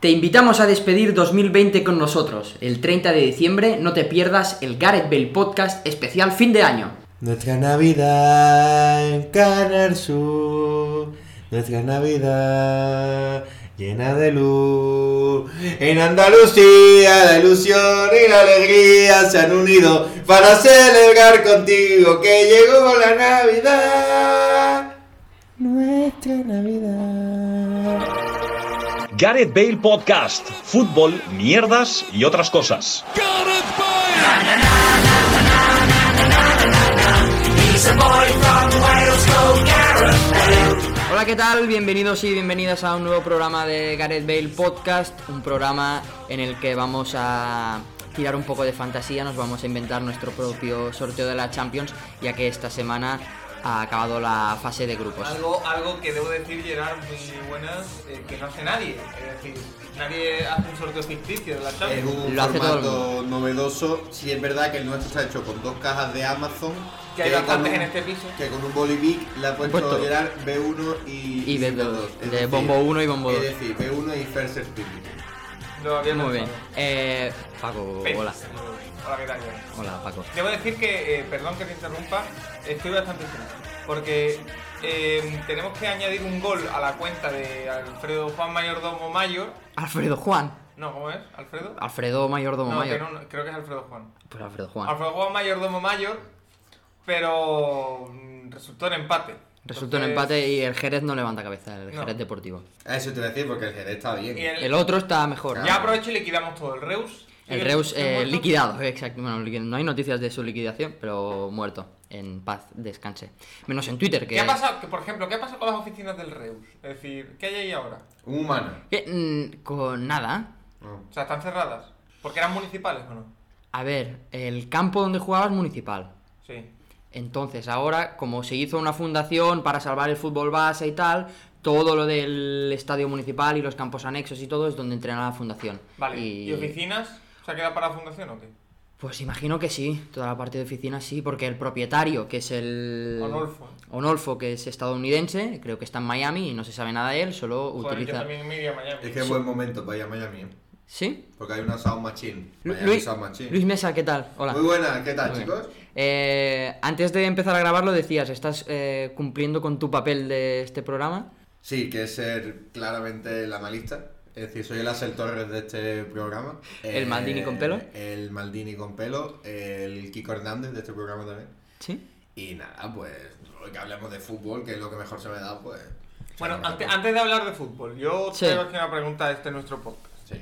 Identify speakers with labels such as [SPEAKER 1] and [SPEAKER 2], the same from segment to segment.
[SPEAKER 1] Te invitamos a despedir 2020 con nosotros. El 30 de diciembre no te pierdas el Gareth Bale Podcast especial fin de año.
[SPEAKER 2] Nuestra Navidad en Canal Sur, nuestra Navidad llena de luz. En Andalucía la ilusión y la alegría se han unido para celebrar contigo que llegó la Navidad. Nuestra Navidad.
[SPEAKER 3] Gareth Bale Podcast, fútbol, mierdas y otras cosas.
[SPEAKER 1] Hola, ¿qué tal? Bienvenidos y bienvenidas a un nuevo programa de Gareth Bale Podcast, un programa en el que vamos a tirar un poco de fantasía, nos vamos a inventar nuestro propio sorteo de la Champions, ya que esta semana ha acabado la fase de grupos.
[SPEAKER 4] Algo, algo que debo decir, Gerard, muy buenas, eh, que no hace nadie. Es decir, nadie hace un sorteo ficticio de la
[SPEAKER 2] Es
[SPEAKER 4] Champions.
[SPEAKER 2] un
[SPEAKER 1] Lo hace todo el
[SPEAKER 2] formato novedoso. Sí, es verdad que el nuestro está hecho con dos cajas de Amazon.
[SPEAKER 4] Que hay
[SPEAKER 2] con
[SPEAKER 4] bastantes
[SPEAKER 2] un-
[SPEAKER 4] en este piso.
[SPEAKER 2] Que con un bolivic le ha puesto
[SPEAKER 1] Puesto.
[SPEAKER 2] Gerard B1 y,
[SPEAKER 1] Y B2,
[SPEAKER 2] Es
[SPEAKER 1] de bombo uno y bombo dos.
[SPEAKER 2] Es decir, B1 y First Spirit.
[SPEAKER 4] Lo había
[SPEAKER 1] Muy bien.
[SPEAKER 4] pensado.
[SPEAKER 1] Eh, Paco,
[SPEAKER 4] Pero-
[SPEAKER 1] hola.
[SPEAKER 4] Hola, ¿qué tal? Gerard?
[SPEAKER 1] Hola, Paco.
[SPEAKER 4] Debo decir que, eh, perdón que te interrumpa, estoy bastante feliz. Porque eh, tenemos que añadir un gol a la cuenta de Alfredo Juan Mayordomo Mayor.
[SPEAKER 1] Alfredo Juan.
[SPEAKER 4] No, ¿cómo es? ¿Alfredo?
[SPEAKER 1] Alfredo Mayordomo
[SPEAKER 4] no, que
[SPEAKER 1] Mayor.
[SPEAKER 4] no, no, creo que es Alfredo Juan.
[SPEAKER 1] Pues Alfredo Juan.
[SPEAKER 4] Alfredo Juan Mayordomo Mayor, pero mm, resultó en empate.
[SPEAKER 1] Resultó un
[SPEAKER 4] Entonces-
[SPEAKER 1] empate y el Jerez no levanta cabeza, el
[SPEAKER 4] No.
[SPEAKER 1] Jerez Deportivo.
[SPEAKER 2] Ah, Eso te iba a decir porque el Jerez está bien.
[SPEAKER 4] Y el-
[SPEAKER 1] El otro está mejor.
[SPEAKER 4] Ya aprovecho y liquidamos todo. El Reus.
[SPEAKER 1] El
[SPEAKER 4] sigue-
[SPEAKER 1] Reus
[SPEAKER 4] sigue
[SPEAKER 1] eh,
[SPEAKER 4] muerto.
[SPEAKER 1] liquidado, eh, exacto. Bueno, liqui- no hay noticias de su liquidación, pero muerto. En paz, descanse. Menos en Twitter, que.
[SPEAKER 4] ¿Qué ha pasado? Que, por ejemplo, ¿qué ha pasado con las oficinas del Reus? Es decir, ¿qué hay ahí ahora?
[SPEAKER 2] Un humano.
[SPEAKER 1] Que, mm, con nada.
[SPEAKER 2] No.
[SPEAKER 4] O sea, están cerradas. Porque eran municipales o no.
[SPEAKER 1] A ver, el campo donde jugabas municipal.
[SPEAKER 4] Sí.
[SPEAKER 1] Entonces, ahora, como se hizo una fundación para salvar el fútbol base y tal, todo lo del estadio municipal y los campos anexos y todo es donde entrena la fundación.
[SPEAKER 4] Vale. ¿Y, oficinas? ¿Se ha quedado para la fundación o qué?
[SPEAKER 1] Pues imagino que sí, toda la parte de oficinas sí, porque el propietario, que es el...
[SPEAKER 4] Onolfo.
[SPEAKER 1] Onolfo, que es estadounidense, creo que está en Miami y no se sabe nada de él, solo
[SPEAKER 4] Joder, yo
[SPEAKER 1] utiliza...
[SPEAKER 4] también me iría a Miami.
[SPEAKER 2] Es que es buen momento para ir a Miami. ¿eh?
[SPEAKER 1] ¿Sí?
[SPEAKER 2] Porque hay una Sound Machine.
[SPEAKER 1] Lu-
[SPEAKER 2] Miami
[SPEAKER 1] Luis,
[SPEAKER 2] Sound Machine.
[SPEAKER 1] Luis Mesa, ¿qué tal? Hola.
[SPEAKER 2] Muy buena, ¿qué tal,
[SPEAKER 1] Muy bien.
[SPEAKER 2] chicos?
[SPEAKER 1] Eh, antes de empezar a grabarlo decías, ¿estás eh, cumpliendo con tu papel de este programa?
[SPEAKER 2] Sí, que es ser claramente el analista. Es decir, soy el Axel Torres de este programa.
[SPEAKER 1] ¿El
[SPEAKER 2] Eh,
[SPEAKER 1] Maldini con pelo?
[SPEAKER 2] El Maldini con pelo. El Kiko Hernández de este programa también.
[SPEAKER 1] ¿Sí?
[SPEAKER 2] Y nada, pues hoy que hablemos de fútbol, que es lo que mejor se me da, pues.
[SPEAKER 4] Bueno,
[SPEAKER 2] se me
[SPEAKER 4] antes,
[SPEAKER 2] da.
[SPEAKER 4] antes de hablar de fútbol, yo
[SPEAKER 1] Sí.
[SPEAKER 4] tengo aquí una pregunta a este nuestro podcast.
[SPEAKER 2] Sí.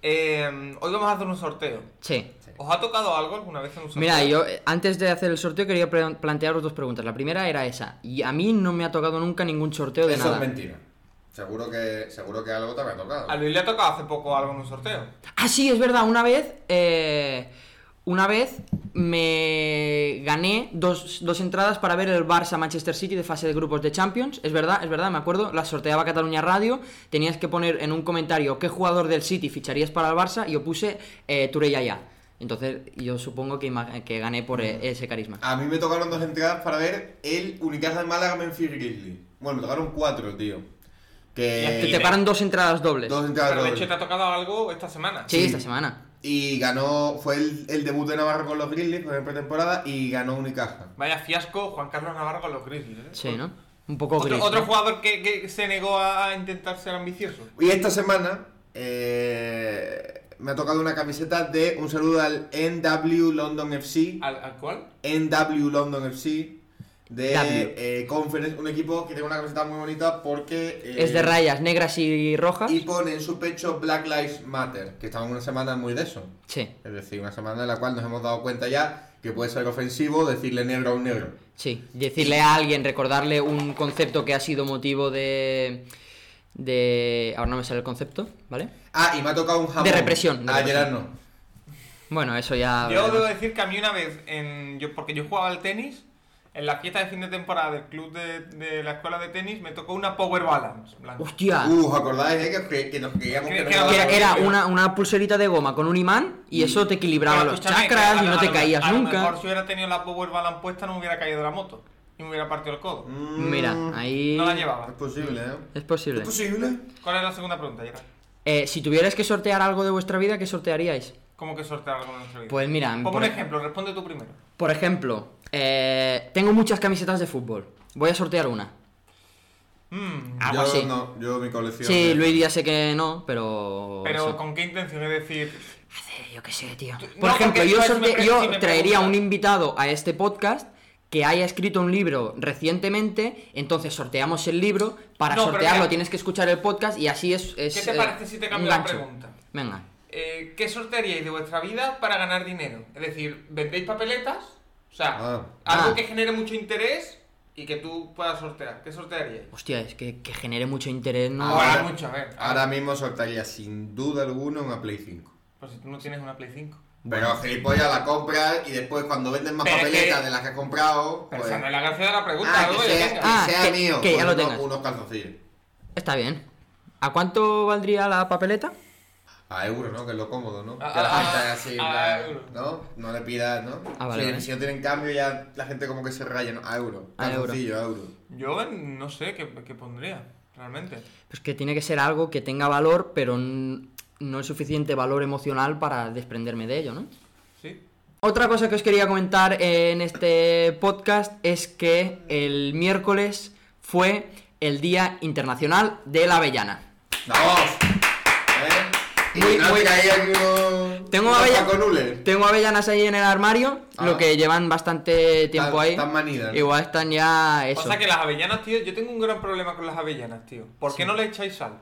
[SPEAKER 4] Eh, hoy vamos a hacer un sorteo.
[SPEAKER 1] Sí.
[SPEAKER 4] ¿Os ha tocado algo alguna vez en un sorteo?
[SPEAKER 1] Mira, yo eh, antes de hacer el sorteo quería pre- plantearos dos preguntas. La primera era esa. Y a mí no me ha tocado nunca ningún sorteo de
[SPEAKER 2] Eso
[SPEAKER 1] nada.
[SPEAKER 2] es mentira. Seguro que, seguro que algo te habrá tocado.
[SPEAKER 4] A Luis le ha tocado hace poco algo en un sorteo.
[SPEAKER 1] Ah, sí, es verdad. Una vez. eh, una vez me gané dos, dos entradas para ver el Barça Manchester City de fase de grupos de Champions. Es verdad, es verdad, me acuerdo. Las sorteaba Cataluña Radio. Tenías que poner en un comentario qué jugador del City ficharías para el Barça. Y yo puse eh, Tureyaya. Entonces, yo supongo que, ima- que gané por eh, ese carisma.
[SPEAKER 2] A mí me tocaron dos entradas para ver el Unicaja de Málaga Memphis Grizzly. Bueno, me tocaron cuatro, tío.
[SPEAKER 4] Ya
[SPEAKER 1] Te,
[SPEAKER 2] Que.
[SPEAKER 1] te paran dos entradas dobles.
[SPEAKER 2] Dos entradas.
[SPEAKER 4] Pero de hecho
[SPEAKER 2] dobles.
[SPEAKER 4] este te ha tocado algo esta semana.
[SPEAKER 1] Sí,
[SPEAKER 2] Sí.
[SPEAKER 1] esta semana.
[SPEAKER 2] Y ganó, fue el, el debut de Navarro con los Grizzlies fue en pretemporada y ganó Unicaja.
[SPEAKER 4] Vaya fiasco Juan Carlos Navarro con los Grizzlies. ¿eh?
[SPEAKER 1] Sí, ¿no? Un poco
[SPEAKER 4] Otro,
[SPEAKER 1] gris.
[SPEAKER 4] otro
[SPEAKER 1] ¿no?
[SPEAKER 4] jugador que, que se negó a intentar ser ambicioso.
[SPEAKER 2] Y esta semana eh, me ha tocado una camiseta de un saludo al NW London FC.
[SPEAKER 4] ¿Al, al cual?
[SPEAKER 2] NW London FC
[SPEAKER 1] W.
[SPEAKER 2] de eh, Conference, un equipo que tiene una camiseta muy bonita porque eh,
[SPEAKER 1] Es de rayas negras y rojas.
[SPEAKER 2] y pone en su pecho Black Lives Matter, que estamos en una semana muy de eso.
[SPEAKER 1] Sí,
[SPEAKER 2] Es decir, una semana en la cual nos hemos dado cuenta ya que puede ser ofensivo decirle negro a un negro.
[SPEAKER 1] sí. Decirle a alguien, recordarle un concepto que ha sido motivo de. de. Ahora no me sale el concepto, ¿vale?
[SPEAKER 2] Ah, y me ha tocado un jamón.
[SPEAKER 1] De represión, de
[SPEAKER 2] Ah,
[SPEAKER 1] represión.
[SPEAKER 2] Gerard no.
[SPEAKER 1] Bueno, eso ya.
[SPEAKER 4] Yo debo
[SPEAKER 1] veremos.
[SPEAKER 4] decir que a mí una vez, en, yo, porque yo jugaba al tenis, en la fiesta de fin de temporada del club de, de la escuela de tenis me tocó una Power Balance. blanca.
[SPEAKER 1] ¡Hostia!
[SPEAKER 2] Uh, ¿os acordáis, eh? Que, que nos creíamos
[SPEAKER 4] Que-
[SPEAKER 2] que, no
[SPEAKER 4] que
[SPEAKER 2] iba a
[SPEAKER 1] que
[SPEAKER 2] dar
[SPEAKER 1] Ah. era,
[SPEAKER 2] la
[SPEAKER 1] era una,
[SPEAKER 2] vuelta.
[SPEAKER 1] una pulserita de goma con un imán y eso te equilibraba
[SPEAKER 4] Pero
[SPEAKER 1] los
[SPEAKER 4] Mm. Eh, escúchame, que
[SPEAKER 1] chakras
[SPEAKER 4] a-
[SPEAKER 1] y no
[SPEAKER 4] a-
[SPEAKER 1] te
[SPEAKER 4] a-
[SPEAKER 1] caías
[SPEAKER 4] a lo
[SPEAKER 1] nunca.
[SPEAKER 4] mejor si hubiera tenido la Power Balance puesta no me hubiera caído de la moto y me hubiera partido el codo.
[SPEAKER 2] Mm,
[SPEAKER 1] Mira, ahí.
[SPEAKER 4] No la
[SPEAKER 2] Es
[SPEAKER 4] llevaba. Pues-
[SPEAKER 2] posible, ¿eh?
[SPEAKER 1] Es posible.
[SPEAKER 2] ¿Es posible?
[SPEAKER 4] ¿Cuál es la segunda pregunta, Gerard?
[SPEAKER 1] Eh, si tuvierais que sortear algo de vuestra vida, ¿qué sortearíais?
[SPEAKER 4] ¿Cómo que sortear algo en nuestra vida?
[SPEAKER 1] Pues mira,
[SPEAKER 4] Pon
[SPEAKER 1] por,
[SPEAKER 4] un ejemplo, responde tú primero.
[SPEAKER 1] por ejemplo, eh, tengo muchas camisetas de fútbol. Voy a sortear una.
[SPEAKER 4] Mm,
[SPEAKER 1] Algo
[SPEAKER 2] yo
[SPEAKER 1] así.
[SPEAKER 2] no, yo mi colección.
[SPEAKER 1] Sí,
[SPEAKER 2] de-
[SPEAKER 1] Luis ya sé que no, pero...
[SPEAKER 4] pero
[SPEAKER 1] eso.
[SPEAKER 4] ¿con qué intención? Es decir,
[SPEAKER 1] Eh, Yo qué sé, tío.
[SPEAKER 4] Tú-
[SPEAKER 1] Por
[SPEAKER 4] no,
[SPEAKER 1] ejemplo,
[SPEAKER 4] porque
[SPEAKER 1] yo,
[SPEAKER 4] si me
[SPEAKER 1] sorte-
[SPEAKER 4] pre-
[SPEAKER 1] yo
[SPEAKER 4] si me
[SPEAKER 1] traería
[SPEAKER 4] preguntas-
[SPEAKER 1] un invitado a este podcast que haya escrito un libro recientemente, entonces sorteamos el libro, para
[SPEAKER 4] No, pero
[SPEAKER 1] sortearlo
[SPEAKER 4] mira.
[SPEAKER 1] tienes que escuchar el podcast y así es... es,
[SPEAKER 4] ¿qué te
[SPEAKER 1] eh,
[SPEAKER 4] parece si te
[SPEAKER 1] un
[SPEAKER 4] cambio la
[SPEAKER 1] gancho.
[SPEAKER 4] pregunta?
[SPEAKER 1] Venga.
[SPEAKER 4] Eh, ¿Qué sortearíais de vuestra vida para ganar dinero? Es decir, ¿vendéis papeletas? O sea,
[SPEAKER 2] Ah.
[SPEAKER 4] algo
[SPEAKER 1] Ah.
[SPEAKER 4] que genere mucho interés y que tú puedas sortear. ¿Qué sortearíais?
[SPEAKER 1] Hostia, es que, que genere mucho interés, ¿no?
[SPEAKER 4] Ahora- Ahora mucho, a ver.
[SPEAKER 2] Ahora mismo soltaría sin duda alguna una Play 5.
[SPEAKER 4] Pues si tú no tienes una Play 5.
[SPEAKER 2] Pero gilipollas la compras y después cuando venden más
[SPEAKER 4] Pero es
[SPEAKER 2] papeletas
[SPEAKER 4] que-
[SPEAKER 2] de las que has comprado,
[SPEAKER 4] Pero
[SPEAKER 2] pues-
[SPEAKER 4] esa no es la gracia de la pregunta,
[SPEAKER 2] Ah, que
[SPEAKER 4] ¿no? Ya
[SPEAKER 2] sea, que
[SPEAKER 4] venga.
[SPEAKER 1] Ah,
[SPEAKER 2] sea
[SPEAKER 1] que-
[SPEAKER 2] mío.
[SPEAKER 1] que ya
[SPEAKER 2] pues
[SPEAKER 1] lo
[SPEAKER 2] unos-
[SPEAKER 1] tengas.
[SPEAKER 2] Unos calzoncillos.
[SPEAKER 1] Está bien. ¿A cuánto valdría la papeleta?
[SPEAKER 2] A euro, ¿no? Que es lo cómodo, ¿no?
[SPEAKER 4] A-
[SPEAKER 2] que la
[SPEAKER 4] a-
[SPEAKER 2] gente así,
[SPEAKER 4] a
[SPEAKER 2] plan,
[SPEAKER 4] euro.
[SPEAKER 2] ¿no? No le pidas, ¿no?
[SPEAKER 1] Ah, vale,
[SPEAKER 2] si,
[SPEAKER 1] vale.
[SPEAKER 2] si no tienen cambio, ya la gente como que se raya, ¿no? A euro.
[SPEAKER 1] A euro.
[SPEAKER 2] Calzoncillo, a euro.
[SPEAKER 4] Yo eh, no sé qué, qué pondría, realmente.
[SPEAKER 1] Pues que tiene que ser algo que tenga valor, pero n- no el suficiente valor emocional para desprenderme de ello, ¿no?
[SPEAKER 4] Sí.
[SPEAKER 1] Otra cosa que os quería comentar en este podcast es que el miércoles fue el Día Internacional de la Avellana.
[SPEAKER 2] ¡Vamos! ¿Eh? Y
[SPEAKER 1] Muy-
[SPEAKER 2] no
[SPEAKER 1] muy-
[SPEAKER 2] que hay aquí uno-
[SPEAKER 1] Tengo
[SPEAKER 2] unos
[SPEAKER 1] avella-
[SPEAKER 2] Paco Nuller.
[SPEAKER 1] Tengo avellanas ahí en el armario,
[SPEAKER 2] Ah.
[SPEAKER 1] lo que llevan bastante tiempo
[SPEAKER 2] Tan-
[SPEAKER 1] ahí.
[SPEAKER 2] tan manidas, ¿no?
[SPEAKER 1] Igual están ya eso.
[SPEAKER 4] Pasa que las avellanas, tío, yo tengo un gran problema con las avellanas, tío. ¿Por qué no le echáis sal?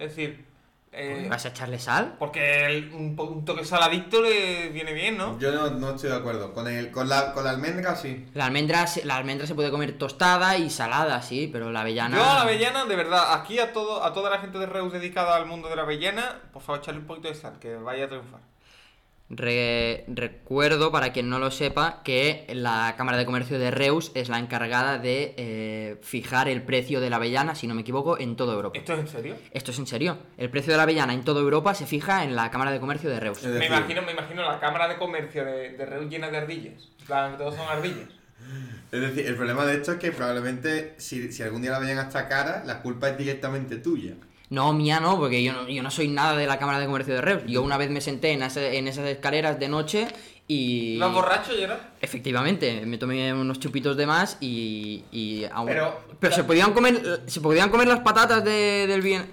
[SPEAKER 4] Es decir, eh,
[SPEAKER 1] ¿Vas a echarle sal?
[SPEAKER 4] porque el- un, po- un toque saladito le viene bien, ¿no?
[SPEAKER 2] Yo no, no estoy de acuerdo. Con, el, con, la, con la almendra, sí.
[SPEAKER 1] La almendra, se- la almendra se puede comer tostada y salada, sí, pero la
[SPEAKER 2] Ah,
[SPEAKER 1] avellana.
[SPEAKER 4] Yo a la avellana, de verdad, aquí a todo, a toda la gente de Reus dedicada al mundo de la avellana, por favor, echarle un poquito de sal, que vaya a triunfar.
[SPEAKER 1] Re- recuerdo, para quien no lo sepa, que la Cámara de Comercio de Reus es la encargada de eh, fijar el precio de la avellana, si no me equivoco, en toda Europa.
[SPEAKER 4] ¿Esto es en serio?
[SPEAKER 1] Esto es en serio. El precio de la avellana en toda Europa se fija en la Cámara de Comercio de Reus.
[SPEAKER 2] Es
[SPEAKER 4] Me
[SPEAKER 2] decir,
[SPEAKER 4] imagino, me imagino la cámara de comercio de, de Reus llena de ardillas. En plan, todos son ardillas.
[SPEAKER 2] Es decir, el problema de esto es que probablemente si, si algún día la vayan hasta cara, la culpa es directamente tuya.
[SPEAKER 1] No, mía no, porque yo no, yo no soy nada de la Cámara de Comercio de Reus. Yo una vez me senté en, ese- en esas escaleras de noche y...
[SPEAKER 4] ¿Ibas borracho, Gerard?
[SPEAKER 1] Efectivamente, me tomé unos chupitos de más y... y aún-
[SPEAKER 4] Pero-
[SPEAKER 1] se, podían comer, se podían comer las patatas de- del bien...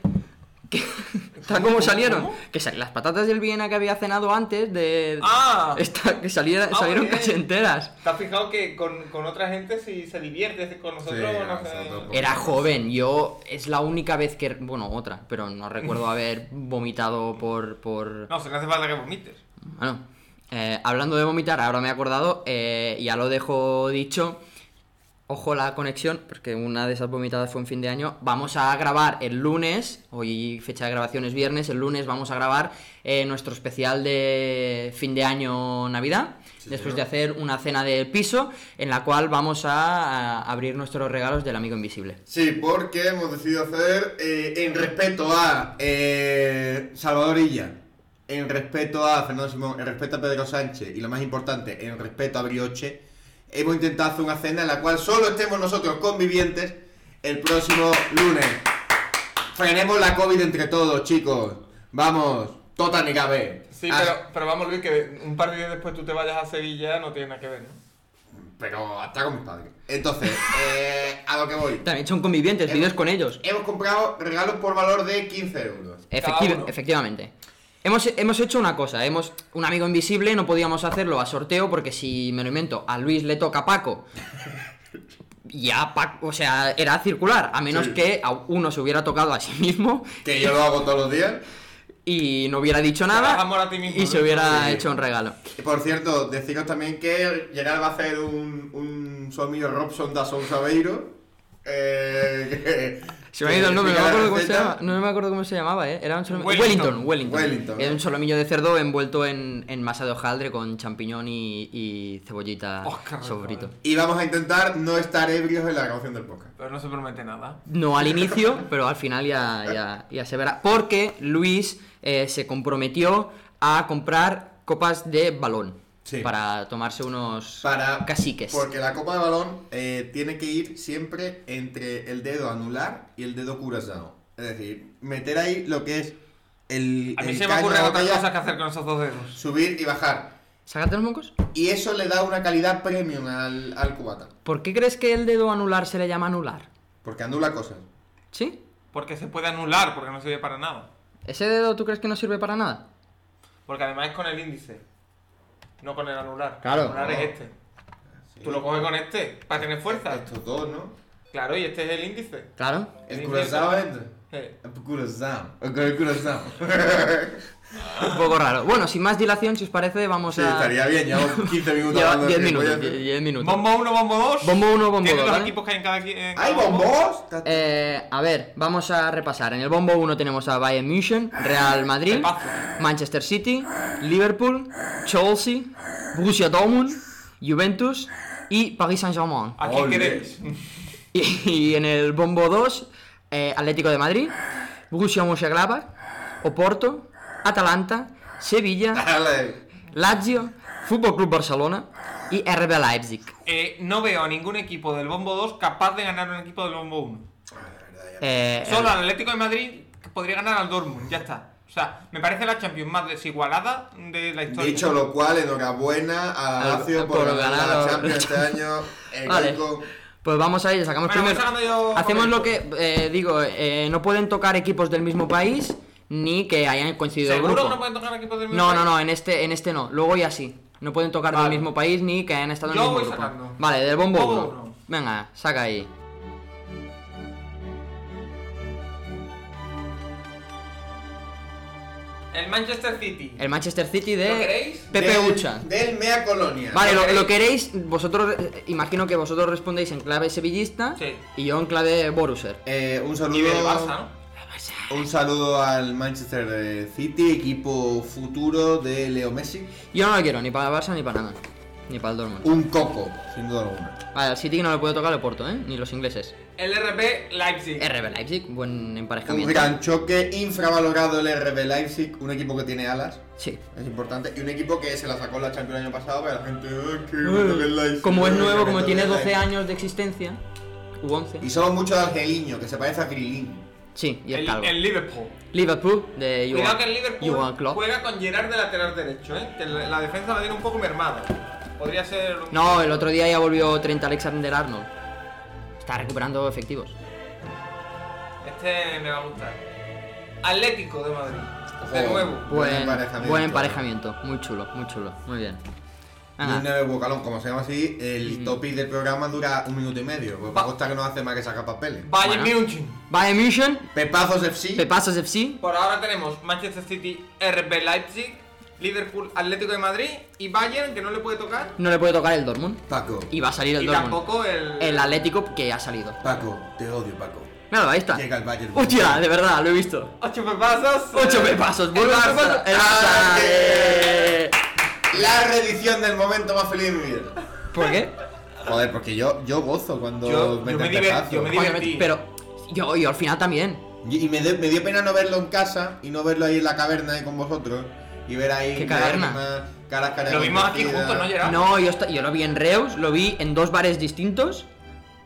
[SPEAKER 1] ¿Qué? Tal como
[SPEAKER 4] cómo,
[SPEAKER 1] salieron.
[SPEAKER 4] cómo?
[SPEAKER 1] Que sal- las patatas del Viena que había cenado antes de...
[SPEAKER 4] ¡Ah!
[SPEAKER 1] Esta- que saliera-
[SPEAKER 4] Ah,
[SPEAKER 1] salieron
[SPEAKER 4] bien.
[SPEAKER 1] casi enteras.
[SPEAKER 4] ¿Te has fijado que con, con otra gente si se divierte con nosotros?
[SPEAKER 2] Sí,
[SPEAKER 4] no
[SPEAKER 2] nosotros
[SPEAKER 4] sé?
[SPEAKER 2] poco.
[SPEAKER 1] Era joven, yo es la única vez que... Bueno, otra, pero no recuerdo haber vomitado por... por...
[SPEAKER 4] No, se no hace falta que vomites.
[SPEAKER 1] Bueno, eh, hablando de vomitar, ahora me he acordado, eh, ya lo dejo dicho. Ojo la conexión, porque una de esas vomitadas fue en fin de año. Vamos a grabar el lunes, hoy fecha de grabación es viernes, el lunes vamos a grabar eh, nuestro especial de fin de año Navidad,
[SPEAKER 2] Sí,
[SPEAKER 1] después
[SPEAKER 2] señor.
[SPEAKER 1] de hacer una cena de piso en la cual vamos a, a abrir nuestros regalos del amigo invisible.
[SPEAKER 2] Sí, porque hemos decidido hacer eh, en respeto a eh, Salvador Illa, en respeto a Fernando Simón, en respeto a Pedro Sánchez y lo más importante, en respeto a Brioche, hemos intentado hacer una cena en la cual solo estemos nosotros convivientes el próximo lunes. Frenemos la COVID entre todos, chicos. Vamos, tota ni cabe.
[SPEAKER 4] Sí,
[SPEAKER 2] Ah,
[SPEAKER 4] pero, pero vamos, Luis, que un par de días después tú te vayas a Sevilla no tiene nada que ver, ¿no?
[SPEAKER 2] Pero hasta con mis padres. Entonces, eh, a lo que voy.
[SPEAKER 1] También son convivientes,
[SPEAKER 2] Eh,
[SPEAKER 1] vives con ellos.
[SPEAKER 2] Hemos comprado regalos por valor de 15 euros.
[SPEAKER 1] Efecti-
[SPEAKER 4] Cada uno.
[SPEAKER 1] Efectivamente. Hemos, hemos hecho una cosa, hemos un amigo invisible, no podíamos hacerlo a sorteo porque si me lo invento, a Luis le toca a Paco. Ya, Paco, o sea, era circular, a menos
[SPEAKER 2] Sí.
[SPEAKER 1] que a uno se hubiera tocado a sí mismo
[SPEAKER 2] Que yo lo hago todos los días.
[SPEAKER 1] y no hubiera dicho
[SPEAKER 4] das
[SPEAKER 1] nada
[SPEAKER 4] amor a ti mismo,
[SPEAKER 1] y
[SPEAKER 4] ¿no?
[SPEAKER 1] se hubiera
[SPEAKER 2] Sí.
[SPEAKER 1] hecho un regalo.
[SPEAKER 2] Y por cierto, deciros también que Gerard va a hacer un, un su amigo Robson da Sousa Beiro. Eh, que-
[SPEAKER 1] Se me ha ido el nombre, no
[SPEAKER 2] que
[SPEAKER 1] me acuerdo cómo se,
[SPEAKER 2] explica la
[SPEAKER 1] llama- no me acuerdo cómo se llamaba, ¿eh? Era un solom- Wellington,
[SPEAKER 4] Wellington.
[SPEAKER 1] Wellington.
[SPEAKER 2] Wellington.
[SPEAKER 1] Era un solomillo de cerdo envuelto en, en masa de hojaldre con champiñón y, y cebollita
[SPEAKER 4] Oh, qué rico,
[SPEAKER 1] sofrito.
[SPEAKER 4] eh.
[SPEAKER 2] Y vamos a intentar no estar ebrios en la grabación del podcast.
[SPEAKER 4] Pero no se promete nada.
[SPEAKER 1] No al inicio, pero al final ya, ya, ya se verá. Porque Luis eh, se comprometió a comprar copas de balón.
[SPEAKER 2] Sí.
[SPEAKER 1] Para tomarse unos
[SPEAKER 2] Para,
[SPEAKER 1] caciques.
[SPEAKER 2] Porque la copa de balón eh, tiene que ir siempre entre el dedo anular y el dedo curazao. Es decir, meter ahí lo que es el.
[SPEAKER 4] A mí
[SPEAKER 2] el
[SPEAKER 4] se me
[SPEAKER 2] caño
[SPEAKER 4] ocurren
[SPEAKER 2] de
[SPEAKER 4] otras
[SPEAKER 2] batalla,
[SPEAKER 4] cosas que hacer con esos dos dedos.
[SPEAKER 2] Subir y bajar.
[SPEAKER 1] ¿Sácate los mocos?
[SPEAKER 2] Y eso le da una calidad premium al, al cubata.
[SPEAKER 1] ¿Por qué crees que el dedo anular se le llama anular?
[SPEAKER 2] Porque anula cosas.
[SPEAKER 1] ¿Sí?
[SPEAKER 4] Porque se puede anular, porque no sirve para nada.
[SPEAKER 1] ¿Ese dedo tú crees que no sirve para nada?
[SPEAKER 4] Porque además es con el índice, no con el anular.
[SPEAKER 1] Claro.
[SPEAKER 4] El anular
[SPEAKER 2] No.
[SPEAKER 4] es este. Tú lo coges con este, para tener fuerza.
[SPEAKER 2] Estos dos, ¿no?
[SPEAKER 4] Claro, y este es el índice.
[SPEAKER 1] Claro.
[SPEAKER 2] El
[SPEAKER 4] Sí,
[SPEAKER 2] curazao es.
[SPEAKER 4] Eh,
[SPEAKER 2] El curazao. El el curazao.
[SPEAKER 1] Un poco raro. Bueno, sin más dilación, si os parece, vamos
[SPEAKER 2] Sí,
[SPEAKER 1] a...
[SPEAKER 2] estaría bien, llevamos 15 minutos.
[SPEAKER 1] Lleva
[SPEAKER 2] hablando
[SPEAKER 1] 10
[SPEAKER 2] de
[SPEAKER 1] minutos,
[SPEAKER 2] gilipollas.
[SPEAKER 1] 10 minutos.
[SPEAKER 4] Bombo 1, bombo 2.
[SPEAKER 1] Bombo uno, bombo
[SPEAKER 4] Tiene
[SPEAKER 1] dos,
[SPEAKER 4] los
[SPEAKER 1] ¿vale?
[SPEAKER 4] equipos que hay en cada equi- en
[SPEAKER 2] ¡Hay
[SPEAKER 4] cada bombo.
[SPEAKER 2] bombos!
[SPEAKER 1] Eh, a ver, vamos a repasar. En el bombo 1 tenemos a Bayern München, Real Madrid,
[SPEAKER 4] Repaso.
[SPEAKER 1] Manchester City, Liverpool, Chelsea, Borussia Dortmund, Juventus y Paris Saint-Germain.
[SPEAKER 4] ¿A
[SPEAKER 2] Ole.
[SPEAKER 4] quién queréis?
[SPEAKER 1] Y, y en el bombo 2, eh, Atlético de Madrid, Borussia Mönchengladbach, Oporto, Atalanta, Sevilla,
[SPEAKER 2] Dale.
[SPEAKER 1] Lazio, Fútbol Club Barcelona y RB Leipzig.
[SPEAKER 4] Eh, no veo a ningún equipo del bombo 2 capaz de ganar un equipo del bombo 1.
[SPEAKER 1] Eh,
[SPEAKER 4] Solo al Atlético de Madrid que podría ganar al Dortmund, ya está. O sea, me parece la Champions más desigualada de la historia.
[SPEAKER 2] Dicho lo cual, enhorabuena a
[SPEAKER 1] Al-
[SPEAKER 2] Lazio por,
[SPEAKER 1] por
[SPEAKER 2] ganar
[SPEAKER 1] ganar-
[SPEAKER 2] la Champions este año. El
[SPEAKER 1] Vale.
[SPEAKER 2] gol
[SPEAKER 1] Pues vamos a ello, sacamos
[SPEAKER 4] Bueno, voy
[SPEAKER 1] primero.
[SPEAKER 4] sacando yo
[SPEAKER 1] Hacemos lo que,
[SPEAKER 4] papelitos.
[SPEAKER 1] eh, digo, eh, no pueden tocar equipos del mismo país ni que hayan coincidido el
[SPEAKER 4] ¿Seguro
[SPEAKER 1] grupo.
[SPEAKER 4] que no pueden tocar equipos del mismo
[SPEAKER 1] no, no,
[SPEAKER 4] país?
[SPEAKER 1] no, en este, en este no. Luego ya sí. No pueden tocar
[SPEAKER 4] Vale.
[SPEAKER 1] del mismo país ni que hayan estado
[SPEAKER 4] Yo
[SPEAKER 1] en el mismo
[SPEAKER 4] voy
[SPEAKER 1] grupo.
[SPEAKER 4] sacando.
[SPEAKER 1] Vale, del bombo
[SPEAKER 4] Bombo
[SPEAKER 1] uno.
[SPEAKER 4] uno.
[SPEAKER 1] Venga, saca ahí.
[SPEAKER 4] El Manchester City.
[SPEAKER 1] El Manchester City
[SPEAKER 4] ¿Lo
[SPEAKER 1] de
[SPEAKER 4] queréis?
[SPEAKER 1] Pepe
[SPEAKER 2] del-
[SPEAKER 1] Ucha.
[SPEAKER 2] Del Mea Colonia.
[SPEAKER 1] Vale,
[SPEAKER 4] ¿Lo
[SPEAKER 1] lo, lo
[SPEAKER 4] queréis?
[SPEAKER 1] queréis, vosotros, eh, imagino que vosotros respondéis en clave sevillista
[SPEAKER 4] Sí.
[SPEAKER 1] y yo en clave Borusser.
[SPEAKER 2] Eh, un
[SPEAKER 4] Y del Barça,
[SPEAKER 2] saludo.
[SPEAKER 4] ¿no?
[SPEAKER 2] Un saludo al Manchester eh, City, equipo futuro de Leo Messi.
[SPEAKER 1] Yo no lo quiero, ni para el Barça ni para nada. Ni para el Dortmund.
[SPEAKER 2] Un coco, sin duda alguna.
[SPEAKER 1] Vale, al City no le puede tocar el Porto, ¿eh? Ni los ingleses.
[SPEAKER 4] El RB Leipzig.
[SPEAKER 1] RB Leipzig, buen
[SPEAKER 2] Un
[SPEAKER 1] emparejamiento.
[SPEAKER 2] gran choque, infravalorado el RB Leipzig, un equipo que tiene alas.
[SPEAKER 1] Sí.
[SPEAKER 2] Es importante. Y un equipo que se la sacó en la Champions el año pasado, pero la gente. "Ay, qué bonito que Leipzig,
[SPEAKER 1] Mm. Como es
[SPEAKER 2] qué
[SPEAKER 1] nuevo,
[SPEAKER 2] bonito
[SPEAKER 1] como
[SPEAKER 2] que
[SPEAKER 1] tiene
[SPEAKER 2] Leipzig".
[SPEAKER 1] 12 años de existencia, u 11.
[SPEAKER 2] Y somos mucho de Argeliño, que se parece a Grilín.
[SPEAKER 1] Sí, y es
[SPEAKER 4] el,
[SPEAKER 1] calvo.
[SPEAKER 4] el Liverpool.
[SPEAKER 1] Liverpool de Johan,
[SPEAKER 4] Cuidado que el Liverpool
[SPEAKER 1] Johan Klopp.
[SPEAKER 4] juega con Gerard de lateral derecho, ¿eh? Que la, la defensa la tiene un poco mermada. Podría ser. un-
[SPEAKER 1] No, el otro día ya volvió 30 Alexander Arnold. Está recuperando efectivos.
[SPEAKER 4] Este me va a gustar. Atlético de
[SPEAKER 1] Oh.
[SPEAKER 4] Madrid. De
[SPEAKER 2] Ojo.
[SPEAKER 4] nuevo.
[SPEAKER 1] Buen,
[SPEAKER 2] Buen
[SPEAKER 1] buen emparejamiento.
[SPEAKER 2] emparejamiento.
[SPEAKER 1] Muy chulo, muy chulo. Muy bien. Venga.
[SPEAKER 2] Luis Neves Bocalón, como se llama así, el topic del programa dura un minuto y medio. Pues va a costar que no hace más que sacar papeles.
[SPEAKER 4] Bayern
[SPEAKER 1] Bueno.
[SPEAKER 4] München.
[SPEAKER 1] Bayern München,
[SPEAKER 2] Pepazos FC.
[SPEAKER 1] Pepazos FC.
[SPEAKER 4] Por ahora tenemos Manchester City, RB Leipzig, Liverpool, Atlético de Madrid y Bayern, que no le puede tocar.
[SPEAKER 1] No le puede tocar el Dortmund.
[SPEAKER 2] Paco.
[SPEAKER 1] Y va a salir el
[SPEAKER 4] Y
[SPEAKER 1] Dortmund.
[SPEAKER 4] tampoco el.
[SPEAKER 1] El Atlético que ya ha salido.
[SPEAKER 2] Paco, te odio, Paco.
[SPEAKER 1] Mira, ahí está.
[SPEAKER 2] Llega el Bayern.
[SPEAKER 1] Hostia, de verdad, lo he visto.
[SPEAKER 4] Ocho pepazos.
[SPEAKER 1] Ocho
[SPEAKER 4] eh,
[SPEAKER 1] pepazos,
[SPEAKER 4] el
[SPEAKER 1] vuelve a
[SPEAKER 4] Barça.
[SPEAKER 1] pasar. El
[SPEAKER 2] Ah,
[SPEAKER 1] Barça.
[SPEAKER 2] ¡Ale! La reedición del momento más feliz de mi vida.
[SPEAKER 1] ¿Por qué?
[SPEAKER 2] Joder, porque yo, yo gozo cuando
[SPEAKER 4] Yo- yo
[SPEAKER 2] meten
[SPEAKER 4] me diver-
[SPEAKER 2] pepazos.
[SPEAKER 4] yo me di- Divertí.
[SPEAKER 1] Obviamente, Pero yo, yo al final también.
[SPEAKER 2] Y y me, de- me dio pena no verlo en casa y no verlo ahí en la caverna ahí con vosotros. Y ver ahí
[SPEAKER 1] ¿Qué caverna?
[SPEAKER 2] lágrimas, caras, caras
[SPEAKER 4] Lo vimos aquí
[SPEAKER 2] convertidas.
[SPEAKER 4] juntos, ¿no, Gerard?
[SPEAKER 1] No, yo, esta- yo lo vi en Reus, lo vi en dos bares distintos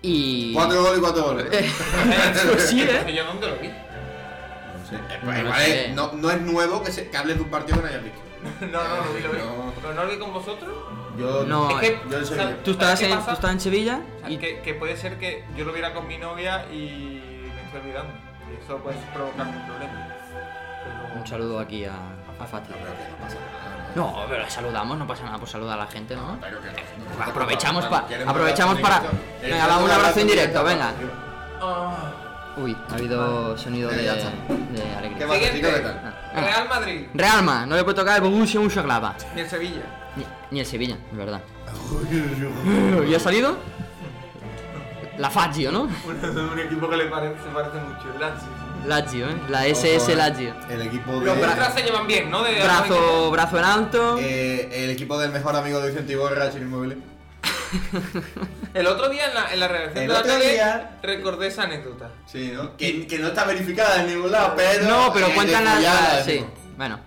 [SPEAKER 1] y...
[SPEAKER 2] Cuatro goles y cuatro goles.
[SPEAKER 1] Pues sí, ¿eh?
[SPEAKER 4] Yo dónde lo vi.
[SPEAKER 2] No sé. Eh,
[SPEAKER 1] No
[SPEAKER 2] pues
[SPEAKER 1] lo
[SPEAKER 2] igual
[SPEAKER 1] sé.
[SPEAKER 2] es- no, no es nuevo que, se, que hables de un partido que no hayas visto.
[SPEAKER 4] No, no, lo vi, lo vi.
[SPEAKER 2] No.
[SPEAKER 4] ¿Pero no lo vi con vosotros?
[SPEAKER 2] Yo
[SPEAKER 1] No,
[SPEAKER 4] es que.
[SPEAKER 2] yo en Sevilla.
[SPEAKER 1] Tú estabas,
[SPEAKER 4] ¿qué
[SPEAKER 1] en,
[SPEAKER 4] pasa?
[SPEAKER 1] tú estabas en Sevilla
[SPEAKER 4] O sea,
[SPEAKER 1] y...
[SPEAKER 4] que, que puede ser que yo lo viera con mi novia y me estoy olvidando. Y eso puede provocar un problema. Pero-
[SPEAKER 1] Un saludo aquí a, a Fati.
[SPEAKER 2] No, pero que no pasa nada.
[SPEAKER 1] No, pero la saludamos, no pasa nada por saludar a la gente, ¿no?
[SPEAKER 2] Pero que no-
[SPEAKER 1] Pues aprovechamos,
[SPEAKER 2] Bueno,
[SPEAKER 1] pa-
[SPEAKER 2] ¿quieres
[SPEAKER 1] aprovechamos
[SPEAKER 2] un
[SPEAKER 1] para...
[SPEAKER 2] abrazo en directo? ¿Quieres
[SPEAKER 1] Venga, va, un abrazo en directo,
[SPEAKER 2] en
[SPEAKER 1] venga.
[SPEAKER 4] Ah.
[SPEAKER 1] Uy, ha habido sonido de,
[SPEAKER 2] Venga, ya está.
[SPEAKER 1] de
[SPEAKER 2] ¿Qué
[SPEAKER 1] alegría.
[SPEAKER 2] pasa,
[SPEAKER 4] Siguiente.
[SPEAKER 2] chico? ¿Qué tal?
[SPEAKER 1] Ah.
[SPEAKER 4] Real Madrid
[SPEAKER 1] Realma, no le puede tocar el Borussia Mönchengladbach.
[SPEAKER 4] y el Sevilla.
[SPEAKER 1] Ni, ni el Sevilla, es verdad. ¿Y ha salido? La Fazio, ¿no?
[SPEAKER 4] Un, un equipo que le parece, se parece mucho, el Lazio.
[SPEAKER 1] Lazio, ¿eh? La SS
[SPEAKER 2] Ojo,
[SPEAKER 1] Lazio.
[SPEAKER 2] El equipo de.
[SPEAKER 4] Los brazos se llevan bien, ¿no? De
[SPEAKER 1] Brazo, brazo en alto.
[SPEAKER 2] eh, el equipo del mejor amigo de Vicente Iborra, Sin Inmóvil.
[SPEAKER 4] El otro día en la, en la redacción
[SPEAKER 2] El
[SPEAKER 4] de la
[SPEAKER 2] otro
[SPEAKER 4] tele
[SPEAKER 2] día-
[SPEAKER 4] recordé esa anécdota.
[SPEAKER 2] Sí, ¿no? Que, que no está verificada en ningún lado, pero.
[SPEAKER 1] no, pero
[SPEAKER 2] eh, Ah.
[SPEAKER 1] cuentan
[SPEAKER 2] de
[SPEAKER 1] las.
[SPEAKER 2] folladas,
[SPEAKER 1] sí.
[SPEAKER 2] ¿no?
[SPEAKER 1] Bueno,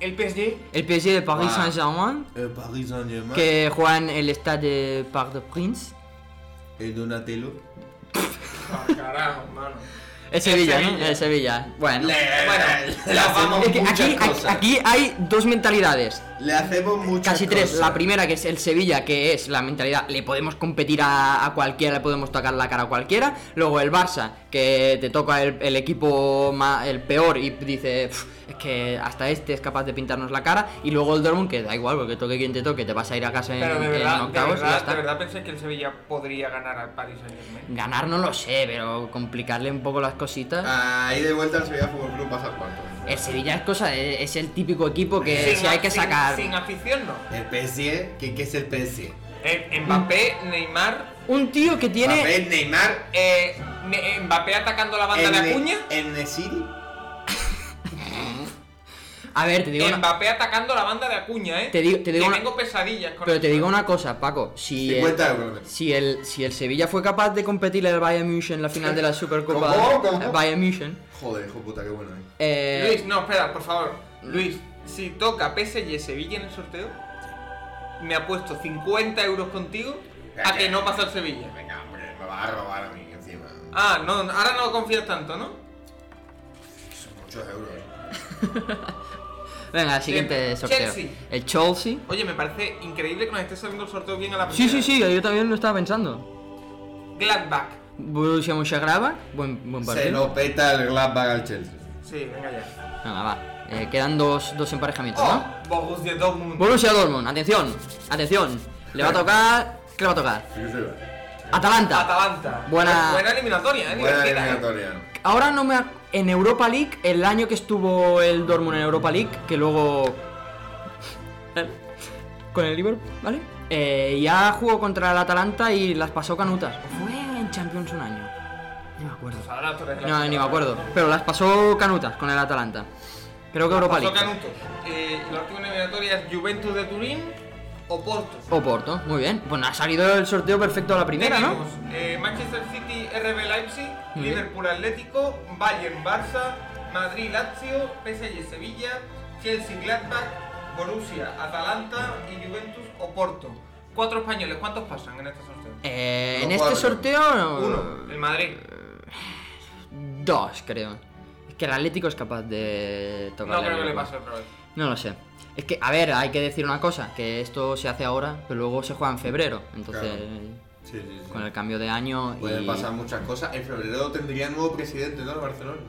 [SPEAKER 4] El PSG
[SPEAKER 1] el PSG de Paris
[SPEAKER 2] Wow.
[SPEAKER 1] Saint-Germain,
[SPEAKER 2] El Paris Saint-Germain.
[SPEAKER 1] que juega en el estadio de Parc de Prince.
[SPEAKER 2] El Donatello.
[SPEAKER 4] Ah, carajo, mano.
[SPEAKER 1] Es Sevilla, ¿no?
[SPEAKER 4] Sevilla.
[SPEAKER 1] Es Sevilla. Bueno.
[SPEAKER 4] Bueno,
[SPEAKER 2] le,
[SPEAKER 4] la
[SPEAKER 2] hacemos
[SPEAKER 1] Es que
[SPEAKER 2] muchas
[SPEAKER 1] aquí, aquí-
[SPEAKER 2] cosas.
[SPEAKER 1] aquí hay dos mentalidades.
[SPEAKER 2] le hacemos muchas
[SPEAKER 1] Casi tres.
[SPEAKER 2] cosas.
[SPEAKER 1] La primera, que es el Sevilla, que es la mentalidad, le podemos competir a, a cualquiera, le podemos tocar la cara a cualquiera. Luego el Barça, que te toca el, el equipo ma- el peor y dice, "Pf, es que hasta este es capaz de pintarnos la cara. Y luego el Dortmund, que da igual, porque toque quien te toque, te vas a ir a casa en,
[SPEAKER 4] Pero de
[SPEAKER 1] en
[SPEAKER 4] verdad, de
[SPEAKER 1] octavos y ya
[SPEAKER 4] verdad,
[SPEAKER 1] está.
[SPEAKER 4] de verdad pensé que el Sevilla podría ganar al Paris Saint Germain.
[SPEAKER 1] Ganar no lo sé, pero complicarle un poco las cositas.
[SPEAKER 4] Ah.
[SPEAKER 2] Ahí de vuelta al Sevilla Fútbol Club pasa cuarto.
[SPEAKER 1] El Sevilla es cosa, de- es el típico equipo que
[SPEAKER 4] Sin
[SPEAKER 1] si hay que
[SPEAKER 4] a- sin-
[SPEAKER 1] sacar
[SPEAKER 4] Sin, afición, no.
[SPEAKER 2] El PSG, ¿qué, qué es el PSG?
[SPEAKER 4] Eh, Mbappé, Neymar.
[SPEAKER 1] un tío que tiene
[SPEAKER 2] Papel, Neymar,
[SPEAKER 4] eh, Ne- eh, Mbappé atacando la banda de
[SPEAKER 2] Enne-
[SPEAKER 4] Acuña.
[SPEAKER 2] Enesiri.
[SPEAKER 1] A ver, te digo una-
[SPEAKER 4] Mbappé atacando la banda de Acuña, ¿eh?
[SPEAKER 1] Te digo- te digo
[SPEAKER 4] que
[SPEAKER 1] una-
[SPEAKER 4] tengo pesadillas con
[SPEAKER 1] pero te
[SPEAKER 4] eso.
[SPEAKER 1] digo una cosa, Paco, si el,
[SPEAKER 2] 50 euros.
[SPEAKER 1] si el si el Sevilla fue capaz de competirle al Bayern München en la final de la Supercopa
[SPEAKER 2] ¿Cómo? ¿Cómo?
[SPEAKER 1] al Bayern München,
[SPEAKER 2] Joder, hijo puta, qué bueno, eh.
[SPEAKER 1] eh,
[SPEAKER 4] Luis, no, espera, por favor.
[SPEAKER 1] Mm.
[SPEAKER 4] Luis, si toca PSG Sevilla en el sorteo, me apuesto 50 euros contigo a que no pasa el Sevilla.
[SPEAKER 2] Venga, hombre, me va a robar a mí encima.
[SPEAKER 4] Ah, no, ahora no confías tanto, ¿no?
[SPEAKER 2] Son muchos euros. eh.
[SPEAKER 1] venga, el siguiente
[SPEAKER 4] Bien.
[SPEAKER 1] sorteo.
[SPEAKER 4] Chelsea.
[SPEAKER 1] El Chelsea.
[SPEAKER 4] Oye, me parece increíble que nos esté saliendo el sorteo bien a la
[SPEAKER 1] Sí, sí,
[SPEAKER 4] primera.
[SPEAKER 1] sí, yo también lo estaba pensando.
[SPEAKER 4] Gladbach.
[SPEAKER 1] Borussia Mönchengladbach, buen buen
[SPEAKER 2] Se
[SPEAKER 1] partido.
[SPEAKER 2] lo peta el Gladbach al Chelsea.
[SPEAKER 4] Sí, venga ya.
[SPEAKER 1] Venga, va. Eh, quedan dos, dos emparejamientos,
[SPEAKER 4] Oh,
[SPEAKER 1] ¿no?
[SPEAKER 4] Borussia Dortmund.
[SPEAKER 1] Borussia Dortmund, atención, atención. Le va a tocar, ¿qué le va a tocar?
[SPEAKER 4] Atalanta.
[SPEAKER 1] Buena-
[SPEAKER 4] Buena eliminatoria, ¿eh?
[SPEAKER 2] Buena
[SPEAKER 4] Divertida, ¿eh?
[SPEAKER 2] eliminatoria.
[SPEAKER 1] Ahora no me ac- en Europa League el año que estuvo el Dortmund en Europa League que luego con el Liverpool, ¿vale? Eh, ya jugó contra el Atalanta y las pasó canutas. Fue en Champions un año. No me acuerdo.
[SPEAKER 4] Pues ahora tú eres la-
[SPEAKER 1] No, ni me acuerdo. Pero las pasó canutas con el Atalanta. Creo que Europa
[SPEAKER 4] Pasó
[SPEAKER 1] League.
[SPEAKER 4] Canutos. Eh, la última eliminatoria es Juventus de Turín o Porto.
[SPEAKER 1] O Porto, muy bien. Bueno, ha salido el sorteo perfecto a la primera, ¿no?
[SPEAKER 4] Tenemos, eh, Manchester City, RB Leipzig,
[SPEAKER 1] Muy bien.
[SPEAKER 4] Liverpool Atlético, Bayern Barça, Madrid Lazio, PSG Sevilla, Chelsea Gladbach, Borussia Atalanta y Juventus Oporto. Cuatro españoles, ¿cuántos pasan en este sorteo?
[SPEAKER 1] Eh, en
[SPEAKER 2] No,
[SPEAKER 1] este
[SPEAKER 2] cuatro.
[SPEAKER 1] sorteo...
[SPEAKER 4] Uno, el Madrid.
[SPEAKER 1] Dos, creo. Es que el Atlético es capaz de tocar.
[SPEAKER 4] No creo que le pase otra vez.
[SPEAKER 1] No lo sé. Es que, a ver, hay que decir una cosa, que esto se hace ahora, pero luego se juega en febrero. Entonces,
[SPEAKER 2] Sí, sí,
[SPEAKER 1] con el cambio de año... y-
[SPEAKER 2] Pueden pasar muchas cosas. En febrero tendría nuevo presidente, ¿no? El Barcelona.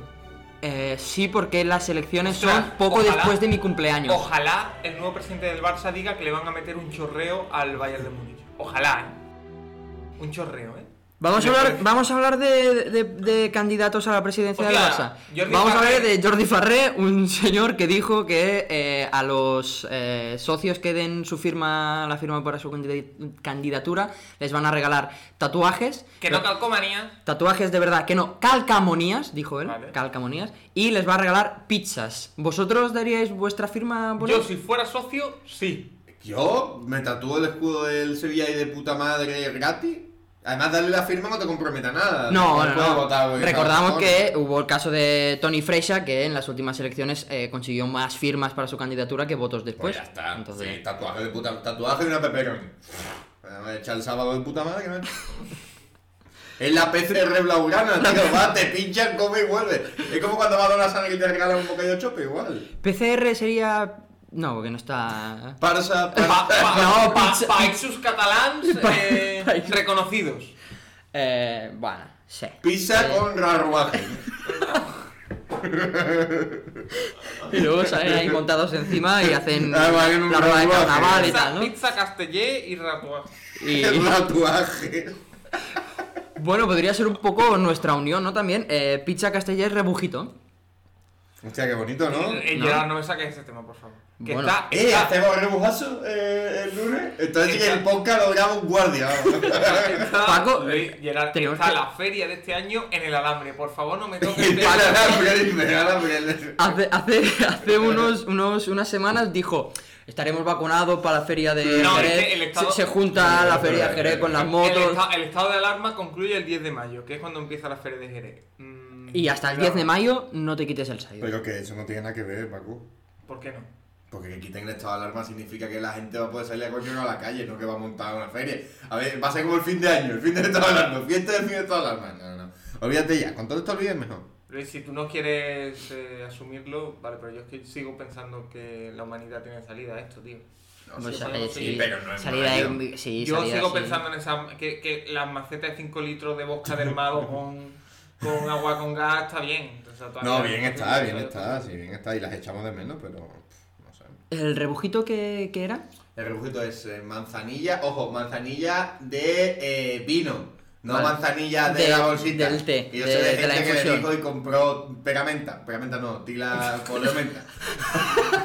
[SPEAKER 1] Eh, sí, porque las elecciones
[SPEAKER 4] Ostras,
[SPEAKER 1] son poco
[SPEAKER 4] ojalá-
[SPEAKER 1] después de mi cumpleaños.
[SPEAKER 4] Ojalá el nuevo presidente del Barça diga que le van a meter un chorreo al Bayern de Múnich. Ojalá, ¿eh? Un chorreo, ¿eh?
[SPEAKER 1] Vamos a
[SPEAKER 4] Me
[SPEAKER 1] hablar,
[SPEAKER 4] parece-
[SPEAKER 1] vamos a hablar de, de- de candidatos a la presidencia del Barça.
[SPEAKER 4] Hostia, Jordi
[SPEAKER 1] vamos a
[SPEAKER 4] Farré-
[SPEAKER 1] hablar de Jordi Farré, un señor que dijo que eh, a los eh, socios que den su firma, la firma para su candid- candidatura, les van a regalar tatuajes.
[SPEAKER 4] Que no calcomanía.
[SPEAKER 1] Tatuajes de verdad, que no, calcamonías, dijo él,
[SPEAKER 4] Vale.
[SPEAKER 1] calcamonías, y les va a regalar pizzas. ¿Vosotros daríais vuestra firma por
[SPEAKER 4] Yo
[SPEAKER 1] él?
[SPEAKER 4] si fuera socio, sí.
[SPEAKER 2] Yo me tatúo el escudo del Sevilla y de puta madre gratis. Además, darle la firma no te compromete a nada.
[SPEAKER 1] No, no,
[SPEAKER 2] puedo
[SPEAKER 1] no.
[SPEAKER 2] votar porque
[SPEAKER 1] Recordamos
[SPEAKER 2] no,
[SPEAKER 1] que hubo el caso de Tony Freixa, que en las últimas elecciones eh, consiguió más firmas para su candidatura que votos después.
[SPEAKER 2] Pues ya está.
[SPEAKER 1] Entonces,
[SPEAKER 2] Sí, tatuaje de puta tatuaje de una peperón. Vamos a echar el sábado de puta madre, ¿no? Es la PCR blaugrana, tío. Va, te pinchan, come y vuelve. Es como cuando va a donar sangre y te regalan un bocadillo de chope, igual.
[SPEAKER 1] PCR sería... No, porque no está...
[SPEAKER 2] Parsa,
[SPEAKER 4] Pa,
[SPEAKER 2] parsa.
[SPEAKER 4] pa-
[SPEAKER 1] No,
[SPEAKER 4] pa-
[SPEAKER 1] pizza-
[SPEAKER 4] països catalans
[SPEAKER 1] Pa-
[SPEAKER 4] eh,
[SPEAKER 1] països.
[SPEAKER 4] reconocidos.
[SPEAKER 1] Eh, bueno, sí.
[SPEAKER 2] Pizza
[SPEAKER 1] Eh,
[SPEAKER 2] con raruaje.
[SPEAKER 1] Y luego salen ahí montados encima y hacen
[SPEAKER 2] Ah,
[SPEAKER 1] la
[SPEAKER 2] vale, un
[SPEAKER 1] rueda de
[SPEAKER 2] tatuaje.
[SPEAKER 1] carnaval y
[SPEAKER 4] Pizza,
[SPEAKER 1] tal, ¿no?
[SPEAKER 4] pizza casteller y ratua.
[SPEAKER 1] Y...
[SPEAKER 2] El tatuaje.
[SPEAKER 1] Bueno, podría ser un poco nuestra unión, ¿no? También, eh, pizza castella y rebujito.
[SPEAKER 2] Hostia, qué bonito, ¿no?
[SPEAKER 4] Eh,
[SPEAKER 1] No.
[SPEAKER 4] Gerard, no me saques ese tema, por favor. Que
[SPEAKER 1] Bueno.
[SPEAKER 4] está,
[SPEAKER 2] Eh,
[SPEAKER 4] está-
[SPEAKER 2] hacemos rebujazo eh, el lunes. Entonces
[SPEAKER 4] Está-
[SPEAKER 2] el podcast lo graba un guardia. vamos.
[SPEAKER 4] está-
[SPEAKER 1] Paco,
[SPEAKER 4] Luis, Gerard,
[SPEAKER 1] tenemos
[SPEAKER 4] está
[SPEAKER 1] que-
[SPEAKER 4] la feria de este año en el alambre. Por favor, no me toques el
[SPEAKER 2] El
[SPEAKER 4] tema.
[SPEAKER 2] alambre, el alambre.
[SPEAKER 1] Hace, hace, hace unos, unos, unas semanas dijo, estaremos vacunados para la feria de
[SPEAKER 4] No,
[SPEAKER 1] Jerez".
[SPEAKER 4] es que el estado-
[SPEAKER 1] Se, se junta la feria de Jerez con las
[SPEAKER 4] El,
[SPEAKER 1] motos.
[SPEAKER 4] esta- el estado de alarma concluye el 10 de mayo, que es cuando empieza la feria de Jerez. Mm,
[SPEAKER 1] Y hasta el
[SPEAKER 4] pero-
[SPEAKER 1] 10 de mayo no te quites el sayo.
[SPEAKER 2] Pero que eso no tiene nada que ver, Paco.
[SPEAKER 4] ¿Por qué no?
[SPEAKER 2] Porque que quiten el estado de alarma significa que la gente va a poder salir a coño a la calle, no que va a montar una feria. A ver, va a ser como el fin de año, el fin del estado de alarma, fiesta del fin de estado de alarma. No, no, no. Olvídate ya, con todo esto olvides mejor.
[SPEAKER 4] Luis, si tú no quieres eh, asumirlo, vale, pero yo es que sigo pensando que la humanidad tiene salida a esto, tío.
[SPEAKER 1] Pues,
[SPEAKER 4] Sí,
[SPEAKER 1] eh,
[SPEAKER 4] podemos
[SPEAKER 1] sí,
[SPEAKER 4] seguir.
[SPEAKER 2] pero no es
[SPEAKER 1] salida
[SPEAKER 2] malo.
[SPEAKER 1] de- sí,
[SPEAKER 4] Yo
[SPEAKER 1] salida,
[SPEAKER 4] sigo
[SPEAKER 1] sí.
[SPEAKER 4] pensando en esa, que, que las macetas de 5 litros de bosca de hermado con, con agua con gas está bien. O sea, todavía-
[SPEAKER 2] No, bien está, bien está, sí, bien está. Y las echamos de menos, pero pff, no sé.
[SPEAKER 1] ¿El rebujito que, que era?
[SPEAKER 2] El rebujito es eh, manzanilla, ojo, manzanilla de eh, vino, no
[SPEAKER 1] Vale.
[SPEAKER 2] manzanilla de,
[SPEAKER 1] De-
[SPEAKER 2] la bolsita.
[SPEAKER 1] del té,
[SPEAKER 2] Y yo
[SPEAKER 1] de-
[SPEAKER 2] sé de,
[SPEAKER 1] de la
[SPEAKER 2] gente que le
[SPEAKER 1] infusión.
[SPEAKER 2] dijo y compró pegamenta, pegamenta no, tila polomenta.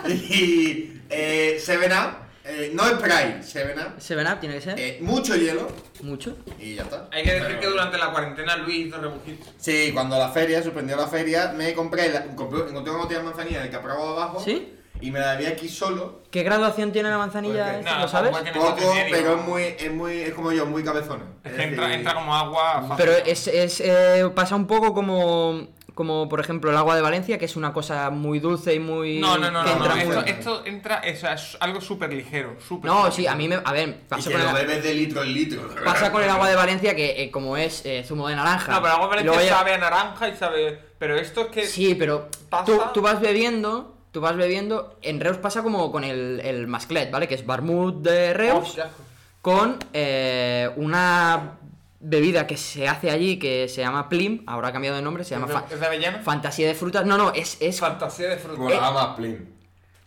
[SPEAKER 2] y eh, Seven Up, eh, no spray, Seven Up,
[SPEAKER 1] ¿Seven Up tiene que ser?
[SPEAKER 2] eh, mucho hielo
[SPEAKER 1] ¿Mucho?
[SPEAKER 2] y ya está.
[SPEAKER 4] Hay que decir
[SPEAKER 2] Pero-
[SPEAKER 4] que durante la cuarentena Luis hizo rebujitos.
[SPEAKER 2] Sí, cuando la feria, suspendió la feria, me compré, la, compré- encontré una botella de manzanilla del caprabo abajo
[SPEAKER 1] ¿Sí?
[SPEAKER 2] y me la bebí aquí solo.
[SPEAKER 1] ¿Qué graduación tiene la manzanilla?
[SPEAKER 2] Pues que-
[SPEAKER 1] esta?
[SPEAKER 4] nada,
[SPEAKER 1] ¿Lo sabes?
[SPEAKER 4] tampoco tiene
[SPEAKER 2] Poco,
[SPEAKER 4] criterio.
[SPEAKER 2] pero es muy, es muy, es como yo, muy cabezona.
[SPEAKER 4] Es
[SPEAKER 2] Es
[SPEAKER 4] que entra,
[SPEAKER 2] decir,
[SPEAKER 4] entra como agua.
[SPEAKER 2] Ah.
[SPEAKER 4] fácil.
[SPEAKER 1] Pero es, es, eh, pasa un poco como, como, por ejemplo, el agua de Valencia, que es una cosa muy dulce y muy...
[SPEAKER 4] No, no, no,
[SPEAKER 1] que
[SPEAKER 4] no,
[SPEAKER 1] entra
[SPEAKER 4] no,
[SPEAKER 1] muy-
[SPEAKER 4] Esto,
[SPEAKER 2] fuerte.
[SPEAKER 4] esto entra, o sea, es algo súper ligero. Súper
[SPEAKER 1] No,
[SPEAKER 4] ligero.
[SPEAKER 1] sí, a mí me... A ver,
[SPEAKER 2] Y
[SPEAKER 1] pasa
[SPEAKER 2] que
[SPEAKER 1] con,
[SPEAKER 2] lo
[SPEAKER 1] el,
[SPEAKER 2] bebes de litro en litro.
[SPEAKER 1] pasa con el agua de Valencia, que eh, como es eh, zumo de naranja...
[SPEAKER 4] No, pero algo
[SPEAKER 1] y luego
[SPEAKER 4] parece
[SPEAKER 1] ya-
[SPEAKER 4] sabe a naranja y sabe. Pero esto es que.
[SPEAKER 1] Sí, pero
[SPEAKER 4] pasa-
[SPEAKER 1] tú, tú vas bebiendo, tú vas bebiendo... En Reus pasa como con el, el masclet, ¿vale? Que es vermut de Reus.
[SPEAKER 4] Oh, qué asco.
[SPEAKER 1] con eh, una bebida que se hace allí que se llama Plim, ahora ha cambiado de nombre, se llama
[SPEAKER 4] ¿Es de-
[SPEAKER 1] fa-
[SPEAKER 4] ¿Es de avellana?
[SPEAKER 1] Fantasía de frutas. No, no, es, es
[SPEAKER 4] Fantasía de fruta.
[SPEAKER 2] Volaba más plin.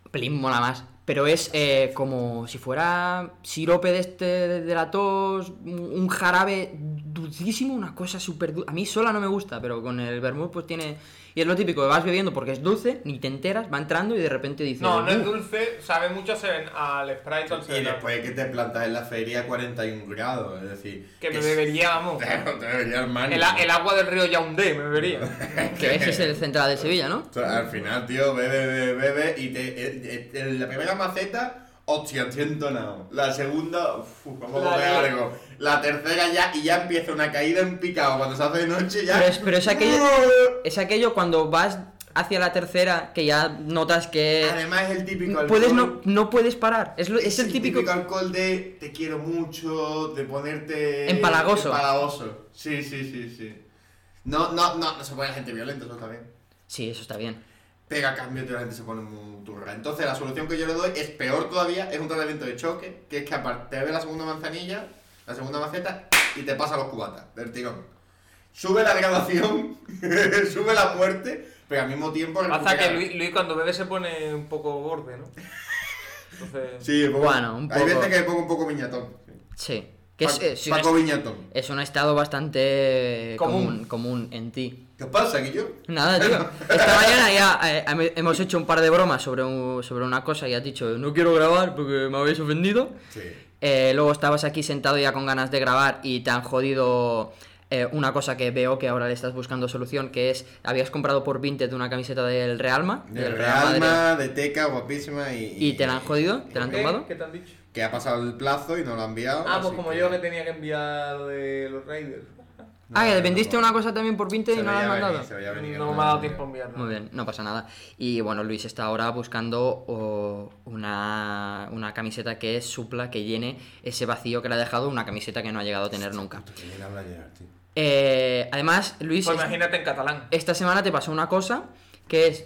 [SPEAKER 1] Plim mola más, pero es eh, como si fuera sirope de este de, de la tos, un un jarabe dulcísimo, una cosa súper dulce. A mí sola no me gusta, pero con el vermut pues tiene y es lo típico, vas bebiendo porque es dulce, ni te enteras, va entrando y de repente dices,
[SPEAKER 4] No, no
[SPEAKER 1] "Uh".
[SPEAKER 4] es dulce, sabe mucho a Seven- al Sprite o al
[SPEAKER 2] Y
[SPEAKER 4] Seven Up.
[SPEAKER 2] después que te plantas en la feria a 41 grados, es decir...
[SPEAKER 4] Que me
[SPEAKER 2] es-
[SPEAKER 4] bebería, vamos.
[SPEAKER 2] Claro, te bebería el
[SPEAKER 4] El, a- el agua del río Yaoundé me bebería.
[SPEAKER 1] que ese es el central de Sevilla, ¿no?
[SPEAKER 2] O sea, Al final, tío, bebe, bebe, bebe y te, eh, eh, en la primera maceta, hostia, siento nada. La segunda, uf, vamos a
[SPEAKER 4] La
[SPEAKER 2] comer
[SPEAKER 4] de-
[SPEAKER 2] algo. La tercera ya, y ya empieza una caída en picado. Cuando se hace de noche ya...
[SPEAKER 1] Pero es- pero es aquello- Es aquello cuando vas hacia la tercera que ya notas que
[SPEAKER 2] Además es el típico
[SPEAKER 1] puedes no,
[SPEAKER 2] alcohol-
[SPEAKER 1] no puedes parar. Es, lo- es el típico.
[SPEAKER 2] alcohol de te quiero mucho, de ponerte...
[SPEAKER 1] Empalagoso.
[SPEAKER 2] Empalagoso. Sí, sí, sí, sí. No, no, no, no se pone la gente violenta, eso está bien.
[SPEAKER 1] Sí, eso está bien.
[SPEAKER 2] Pero a cambio tío, la gente se pone muy turra. Entonces la solución que yo le doy es peor todavía, es un tratamiento de choque, que es que aparte te bebes la segunda manzanilla, la segunda maceta, y te pasa los cubatas del tirón. Sube la graduación, sube la muerte, pero al mismo tiempo...
[SPEAKER 4] Pasa que
[SPEAKER 2] recupera.
[SPEAKER 4] Luis, Luis cuando bebe se pone un poco borde, ¿no? Entonces.
[SPEAKER 2] Sí, un poco-
[SPEAKER 1] Bueno, un
[SPEAKER 2] Hay
[SPEAKER 1] poco.
[SPEAKER 2] veces que le pongo un poco viñatón.
[SPEAKER 1] Sí. Que es, eh,
[SPEAKER 2] Pa-
[SPEAKER 1] es un
[SPEAKER 2] Paco
[SPEAKER 1] est-
[SPEAKER 2] Viñatón.
[SPEAKER 1] es un estado bastante
[SPEAKER 4] Común.
[SPEAKER 1] común, común en ti.
[SPEAKER 2] ¿Qué pasa, Guillo?
[SPEAKER 1] Nada, tío. Esta mañana ya eh, hem- hemos hecho un par de bromas sobre, un- sobre una cosa y has dicho, no quiero grabar porque me habéis ofendido.
[SPEAKER 2] Sí.
[SPEAKER 1] Eh, luego estabas aquí sentado ya con ganas de grabar y te han jodido eh, una cosa que veo que ahora le estás buscando solución, que es, habías comprado por Vinted una camiseta del Realma,
[SPEAKER 2] De
[SPEAKER 1] del Real Madrid,
[SPEAKER 2] Realma, de Teca, guapísima y...
[SPEAKER 1] y te la han jodido, te la han
[SPEAKER 4] ¿Qué?
[SPEAKER 1] tumbado.
[SPEAKER 4] ¿Qué te han dicho?
[SPEAKER 2] Que ha pasado el plazo y no lo ha enviado.
[SPEAKER 4] Ah, pues
[SPEAKER 2] así
[SPEAKER 4] como yo que tenía que enviar lo de los Raiders.
[SPEAKER 1] ah, que
[SPEAKER 2] no,
[SPEAKER 1] vendiste
[SPEAKER 2] no.
[SPEAKER 1] una cosa también por Vinted
[SPEAKER 2] Se
[SPEAKER 1] y no la
[SPEAKER 2] veía
[SPEAKER 1] has
[SPEAKER 2] venir,
[SPEAKER 1] mandado.
[SPEAKER 2] se veía venir.
[SPEAKER 4] No me ha dado tiempo a enviarlo.
[SPEAKER 1] Muy bien, no pasa nada. Y bueno, Luis está ahora buscando oh, una, una camiseta que supla, que llene ese vacío que le ha dejado una camiseta que no ha llegado a tener nunca.
[SPEAKER 2] Que bien habla Gerard, tío.
[SPEAKER 1] Eh, además, Luis...
[SPEAKER 4] Pues
[SPEAKER 1] es-
[SPEAKER 4] imagínate en catalán.
[SPEAKER 1] Esta semana te pasó una cosa que es,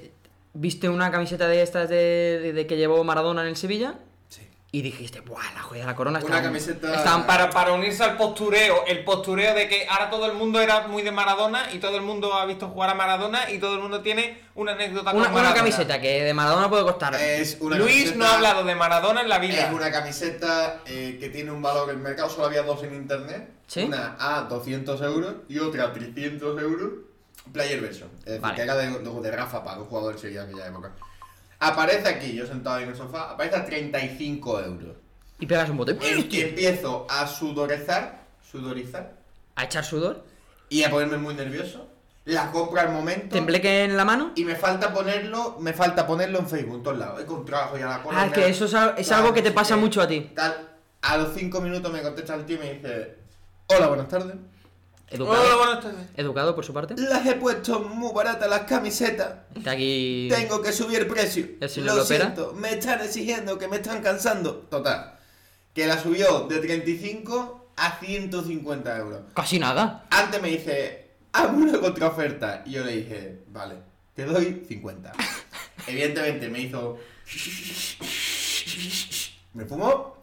[SPEAKER 1] viste una camiseta de estas de, de- de que llevó Maradona en el Sevilla
[SPEAKER 2] Sí.
[SPEAKER 1] y dijiste, ¡buah, la joya de la corona!
[SPEAKER 2] Una
[SPEAKER 1] está un-
[SPEAKER 2] camiseta-
[SPEAKER 1] está un par-
[SPEAKER 4] Para, para unirse al postureo, el postureo de que ahora todo el mundo era muy de Maradona y todo el mundo ha visto jugar a Maradona y todo el mundo tiene una
[SPEAKER 1] una,
[SPEAKER 4] anécdota con
[SPEAKER 1] una
[SPEAKER 4] Maradona.
[SPEAKER 1] camiseta que de Maradona puede costar...
[SPEAKER 2] Es una
[SPEAKER 4] Luis
[SPEAKER 2] camiseta-
[SPEAKER 4] no ha hablado de Maradona en la vida.
[SPEAKER 2] Es una camiseta eh, que tiene un valor en el mercado, solo había dos en internet.
[SPEAKER 1] ¿Sí?
[SPEAKER 2] Una a 200 euros y otra a 300 euros. Player version. Es decir,
[SPEAKER 1] Vale.
[SPEAKER 2] que era de, de- de Rafa para un jugador del Sevilla de aquella época. Aparece aquí, yo sentado en el sofá, aparece a 35 euros.
[SPEAKER 1] Y pegas un bote.
[SPEAKER 2] En que empiezo a sudorizar, sudorizar
[SPEAKER 1] A echar sudor.
[SPEAKER 2] y a ponerme muy nervioso. La compro al momento.
[SPEAKER 1] Tembleque en la mano.
[SPEAKER 2] Y me falta ponerlo, me falta ponerlo en Facebook, en todos lados. He encontrado joya la cola.
[SPEAKER 1] Ah, es que eso es, al- es algo que te pasa mucho a ti.
[SPEAKER 2] Tal, a los 5 minutos me contesta el tío y me dice: Hola, buenas tardes.
[SPEAKER 4] Hola,
[SPEAKER 1] Educado.
[SPEAKER 4] buenas tardes.
[SPEAKER 1] Educado por su parte.
[SPEAKER 2] Las he puesto muy baratas las camisetas.
[SPEAKER 1] Está aquí...
[SPEAKER 2] Tengo que subir el precio.
[SPEAKER 1] El señor
[SPEAKER 2] Lo
[SPEAKER 1] Lopera.
[SPEAKER 2] siento, me están exigiendo que me están cansando. Total, que la subió de 35 a 150 euros.
[SPEAKER 1] Casi nada.
[SPEAKER 2] Antes me dice, hazme una contraoferta. Y yo le dije, vale, te doy 50. Evidentemente me hizo... Me fumó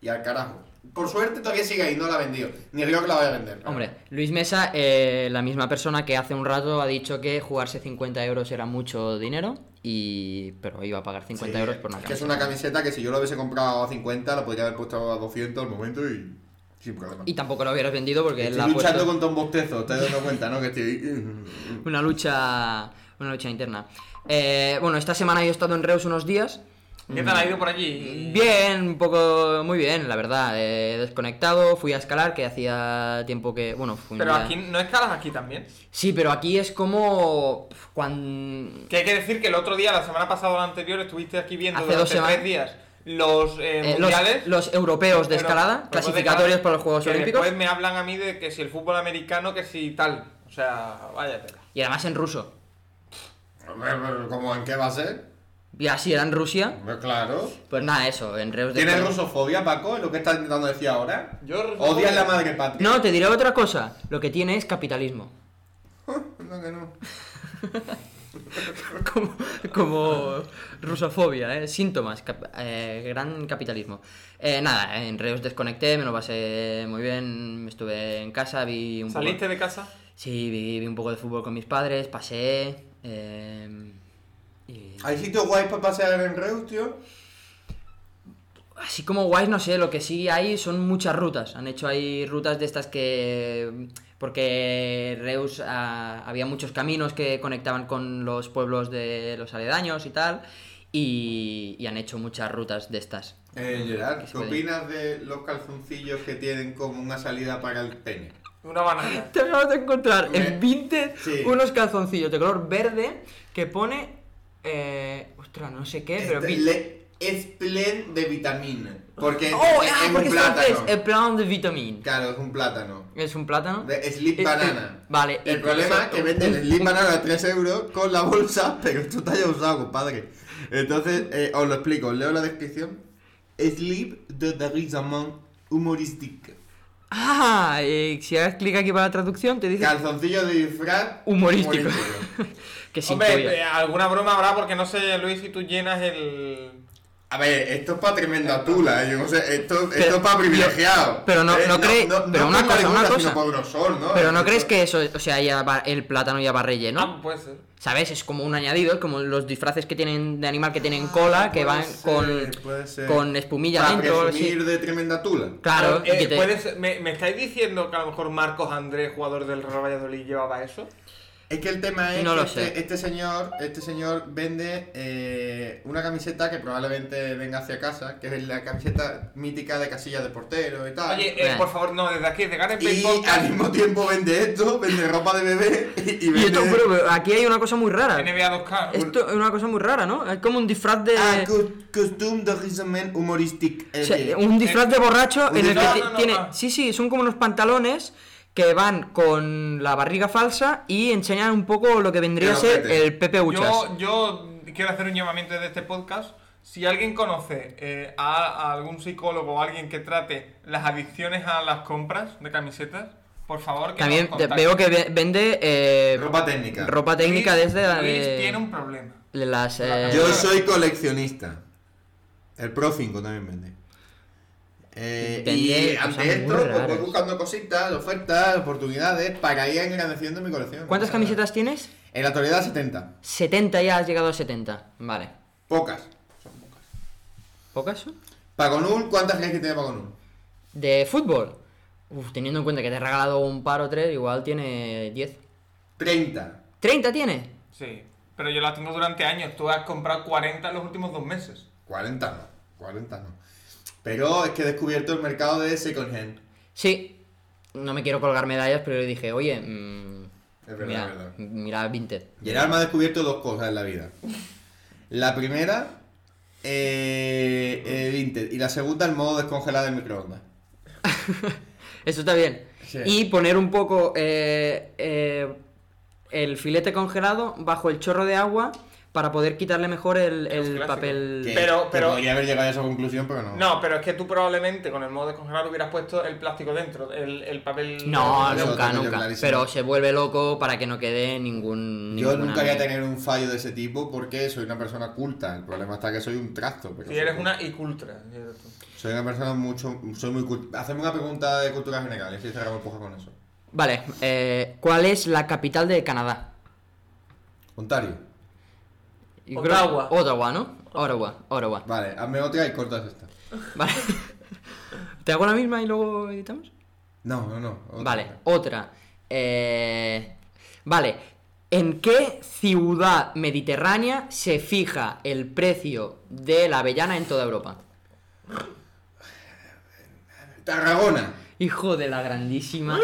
[SPEAKER 2] y al carajo. Por suerte todavía sigue ahí, no la ha vendido. Ni creo que la vaya a vender.
[SPEAKER 1] Hombre, Luis Mesa, eh, la misma persona que hace un rato ha dicho que jugarse 50 euros era mucho dinero, y pero iba a pagar 50
[SPEAKER 2] Sí,
[SPEAKER 1] euros por una
[SPEAKER 2] es Que es
[SPEAKER 1] camiseta.
[SPEAKER 2] una camiseta que si yo la hubiese comprado a 50, la podría haber puesto a 200 al momento y... Sin problema.
[SPEAKER 1] Y tampoco lo hubieras vendido porque él
[SPEAKER 2] estoy
[SPEAKER 1] la ha
[SPEAKER 2] luchando
[SPEAKER 1] puesto
[SPEAKER 2] contra un bostezo, te has dado cuenta, ¿no? Que estoy...
[SPEAKER 1] una lucha, una lucha interna. Eh, bueno, esta semana yo he estado en Reus unos días.
[SPEAKER 4] ¿Qué tal Mm. ha ido por allí?
[SPEAKER 1] Mm, Bien, un poco, muy bien, la verdad. eh, desconectado, fui a escalar, que hacía tiempo que, bueno, fui un
[SPEAKER 4] Pero
[SPEAKER 1] día-
[SPEAKER 4] aquí, ¿no escalas aquí también?
[SPEAKER 1] Sí, pero aquí es como cuando
[SPEAKER 4] Que hay que decir que el otro día, la semana pasada o la anterior, estuviste aquí viendo
[SPEAKER 1] Hace
[SPEAKER 4] durante
[SPEAKER 1] dos semanas.
[SPEAKER 4] tres días los eh,
[SPEAKER 1] Eh, los,
[SPEAKER 4] mundiales.
[SPEAKER 1] los europeos de
[SPEAKER 4] Pero-
[SPEAKER 1] escalada,
[SPEAKER 4] pero
[SPEAKER 1] clasificatorios
[SPEAKER 4] de-
[SPEAKER 1] para los Juegos
[SPEAKER 4] que
[SPEAKER 1] Olímpicos,
[SPEAKER 4] Después me hablan a mí de que si el fútbol americano, que si tal. O sea, váyate.
[SPEAKER 1] y además en ruso.
[SPEAKER 2] ¿Cómo en qué va a ser?
[SPEAKER 1] Y así era en Rusia.
[SPEAKER 2] Hombre, claro.
[SPEAKER 1] Pues nada, eso, en Reus de
[SPEAKER 2] ¿Tienes rusofobia, Paco? ¿Lo que estás intentando decir ahora?
[SPEAKER 4] Yo rusofobia-
[SPEAKER 2] Odias la madre patria.
[SPEAKER 1] No, te diré otra cosa. Lo que tiene es capitalismo.
[SPEAKER 2] No, que no.
[SPEAKER 1] como, como rusofobia, ¿eh? síntomas, cap- eh, gran capitalismo. Eh, nada, en Reus desconecté, me lo pasé muy bien, estuve en casa, vi un
[SPEAKER 4] ¿Saliste
[SPEAKER 1] poco...
[SPEAKER 4] de casa?
[SPEAKER 1] Sí, vi, vi un poco de fútbol con mis padres, pasé... eh, y-
[SPEAKER 2] ¿Hay sitios guays para pasear en Reus, tío?
[SPEAKER 1] Así como guays, no sé, lo que sí hay son muchas rutas. Han hecho ahí rutas de estas que... Porque Reus ah, había muchos caminos que conectaban con los pueblos de los aledaños y tal. Y, y han hecho muchas rutas de estas.
[SPEAKER 2] Eh, Gerard,
[SPEAKER 1] Que se
[SPEAKER 2] ¿qué
[SPEAKER 1] puede-
[SPEAKER 2] opinas de los calzoncillos que tienen como una salida para el pene?
[SPEAKER 4] Una banana.
[SPEAKER 1] Te acabas de encontrar
[SPEAKER 2] Me-
[SPEAKER 1] en Vinted
[SPEAKER 2] Sí.
[SPEAKER 1] unos calzoncillos de color verde que pone... Eh, ostras, no sé qué, pero...
[SPEAKER 2] Este,
[SPEAKER 1] vi-
[SPEAKER 2] le- Es plen de vitamina. Porque
[SPEAKER 1] ¡Oh!
[SPEAKER 2] es,
[SPEAKER 1] ah,
[SPEAKER 2] es
[SPEAKER 1] porque
[SPEAKER 2] un
[SPEAKER 1] es francés,
[SPEAKER 2] plátano.
[SPEAKER 1] El plan de vitamina.
[SPEAKER 2] Claro, es un plátano.
[SPEAKER 1] Es un plátano.
[SPEAKER 2] De Slip
[SPEAKER 1] Eh,
[SPEAKER 2] Banana.
[SPEAKER 1] eh, vale.
[SPEAKER 2] El
[SPEAKER 1] y-
[SPEAKER 2] problema es que venden el Slim Banana a 3 euros con la bolsa, pero esto está ya usado, compadre. Entonces, eh, os lo explico, os leo la descripción. Slip de derisament humorístico.
[SPEAKER 1] Ah, eh, si haces clic aquí para la traducción te dice
[SPEAKER 2] Calzoncillo de disfraz
[SPEAKER 1] Humorístico. que sí
[SPEAKER 4] Hombre, eh, alguna broma habrá porque no sé, Luis, si tú llenas el.
[SPEAKER 2] A ver, esto es para tremenda tula, eh, yo no sé, esto, esto
[SPEAKER 1] Pero-
[SPEAKER 2] es para privilegiado.
[SPEAKER 1] pero no-
[SPEAKER 2] Eh,
[SPEAKER 1] no cree- pero una
[SPEAKER 2] por
[SPEAKER 1] cosa, una
[SPEAKER 2] vergüenza,
[SPEAKER 1] cosa.
[SPEAKER 2] sino por grosor,
[SPEAKER 4] eh,
[SPEAKER 2] ¿no?
[SPEAKER 1] Pero no
[SPEAKER 2] Esto-
[SPEAKER 1] crees que eso, o sea, ya va- el plátano ya va relleno.
[SPEAKER 4] Ah, puede ser.
[SPEAKER 1] ¿Sabes? Es como un añadido, es como los disfraces que tienen de animal que tienen cola, que
[SPEAKER 2] puede
[SPEAKER 1] van
[SPEAKER 2] ser,
[SPEAKER 1] con,
[SPEAKER 2] puede ser.
[SPEAKER 1] con espumilla
[SPEAKER 2] Para
[SPEAKER 1] dentro. algo así.
[SPEAKER 2] presumir de tremenda tula.
[SPEAKER 1] Claro, y
[SPEAKER 4] Eh,
[SPEAKER 1] que te-
[SPEAKER 4] puede ser- ¿Me, me estáis diciendo que a lo mejor Marcos Andrés, jugador del Real Valladolid, llevaba eso?
[SPEAKER 2] Es que el tema es
[SPEAKER 1] No
[SPEAKER 2] que
[SPEAKER 1] lo
[SPEAKER 2] este,
[SPEAKER 1] sé.
[SPEAKER 2] este señor, este señor vende eh, una camiseta que probablemente venga hacia casa, que es la camiseta mítica de casilla de portero y tal.
[SPEAKER 4] Oye, eh,
[SPEAKER 1] Bueno.
[SPEAKER 4] por favor, no, desde aquí, de Gareth Bale
[SPEAKER 2] Ah, y
[SPEAKER 4] Podcast,
[SPEAKER 2] al mismo tiempo vende esto, vende ropa de bebé y, y
[SPEAKER 1] Y
[SPEAKER 2] vende.
[SPEAKER 1] esto, pero, pero aquí hay una cosa muy rara.
[SPEAKER 4] NBA 2K.
[SPEAKER 1] Esto es una cosa muy rara, ¿no? Es como un disfraz de.
[SPEAKER 2] Ah, cos- costume de rizomen humoristic.
[SPEAKER 1] O sea, un disfraz de borracho
[SPEAKER 2] un
[SPEAKER 1] en el que
[SPEAKER 4] disfraz-
[SPEAKER 1] ti-
[SPEAKER 4] No, no, no,
[SPEAKER 1] tiene.
[SPEAKER 4] no.
[SPEAKER 1] Sí, sí, son como unos pantalones que van con la barriga falsa y enseñan un poco lo que vendría a
[SPEAKER 2] El
[SPEAKER 1] ser
[SPEAKER 2] ojete.
[SPEAKER 1] el Pepe Uchas.
[SPEAKER 4] Yo, yo quiero hacer un llamamiento desde este podcast. Si alguien conoce eh, a, a algún psicólogo o alguien que trate las adicciones a las compras de camisetas, por favor que
[SPEAKER 1] También
[SPEAKER 4] nos
[SPEAKER 1] te-
[SPEAKER 4] contacte.
[SPEAKER 1] veo que ve- vende eh,
[SPEAKER 2] Ropa técnica.
[SPEAKER 1] ropa técnica
[SPEAKER 4] Luis-
[SPEAKER 1] desde la
[SPEAKER 4] Luis
[SPEAKER 1] de,
[SPEAKER 4] tiene un problema.
[SPEAKER 1] de las. eh,
[SPEAKER 2] Yo soy coleccionista. El Pro 5 también vende. Eh, y
[SPEAKER 1] Vende cosas
[SPEAKER 2] ante esto,
[SPEAKER 1] muy
[SPEAKER 2] pues voy
[SPEAKER 1] raras.
[SPEAKER 2] buscando cositas, ofertas, oportunidades para ir engrandeciendo mi colección.
[SPEAKER 1] ¿Cuántas
[SPEAKER 2] O sea,
[SPEAKER 1] camisetas tienes?
[SPEAKER 2] En la actualidad 70.
[SPEAKER 1] 70 ya has llegado a 70. Vale.
[SPEAKER 2] Pocas.
[SPEAKER 1] ¿Pocas son?
[SPEAKER 2] Pagonul, ¿cuántas crees que tiene Pagonul?
[SPEAKER 1] De fútbol. Uf, teniendo en cuenta que te he regalado un par o tres, igual tiene 10.
[SPEAKER 2] 30.
[SPEAKER 1] ¿30 tiene?
[SPEAKER 4] Sí, pero yo las tengo durante años. Tú has comprado 40 en los últimos dos meses.
[SPEAKER 2] 40 no. 40 no. Pero es que he descubierto el mercado de second hand.
[SPEAKER 1] Sí, no me quiero colgar medallas, pero le dije, oye, mm,
[SPEAKER 2] Es verdad,
[SPEAKER 1] mira,
[SPEAKER 2] es verdad.
[SPEAKER 1] mira Vinted.
[SPEAKER 2] Gerard me ha descubierto dos cosas en la vida. La primera, eh, eh, Vinted. Y la segunda, el modo descongelado del microondas.
[SPEAKER 1] Eso está bien.
[SPEAKER 2] Sí.
[SPEAKER 1] Y poner un poco eh, eh, el filete congelado bajo el chorro de agua para poder quitarle mejor el, el
[SPEAKER 4] clásicos.
[SPEAKER 1] papel.
[SPEAKER 2] Que-
[SPEAKER 4] Pero-
[SPEAKER 2] que
[SPEAKER 4] pero-
[SPEAKER 2] podría haber llegado a esa conclusión, pero no.
[SPEAKER 4] No, pero es que tú probablemente con el modo de congelar hubieras puesto el plástico dentro, el, el papel.
[SPEAKER 1] No,
[SPEAKER 2] Eso lo
[SPEAKER 1] nunca,
[SPEAKER 2] tengo yo
[SPEAKER 1] nunca.
[SPEAKER 2] clarísimo.
[SPEAKER 1] Pero se vuelve loco para que no quede ningún.
[SPEAKER 2] Yo
[SPEAKER 1] ninguna-
[SPEAKER 2] nunca voy a tener un fallo de ese tipo porque soy una persona culta. El problema está que soy un trasto. pero
[SPEAKER 4] Si
[SPEAKER 2] soy
[SPEAKER 4] eres
[SPEAKER 2] culta.
[SPEAKER 4] una icultra. eres tú.
[SPEAKER 2] Soy una persona mucho. Soy muy culta. Hacemos una pregunta de cultura general y si cerramos el puja con eso.
[SPEAKER 1] Vale, eh, ¿cuál es la capital de Canadá?
[SPEAKER 2] Ontario.
[SPEAKER 1] Yo creo-
[SPEAKER 4] Ottawa.
[SPEAKER 1] Ottawa, ¿no? Ottawa, Ottawa.
[SPEAKER 2] Vale, hazme otra y cortas esta.
[SPEAKER 1] Vale. ¿Te hago la misma y luego editamos?
[SPEAKER 2] No, no, no. otra.
[SPEAKER 1] Vale, otra. Eh, Vale, ¿en qué ciudad mediterránea se fija el precio de la avellana en toda Europa?
[SPEAKER 2] Tarragona.
[SPEAKER 1] Hijo de la grandísima.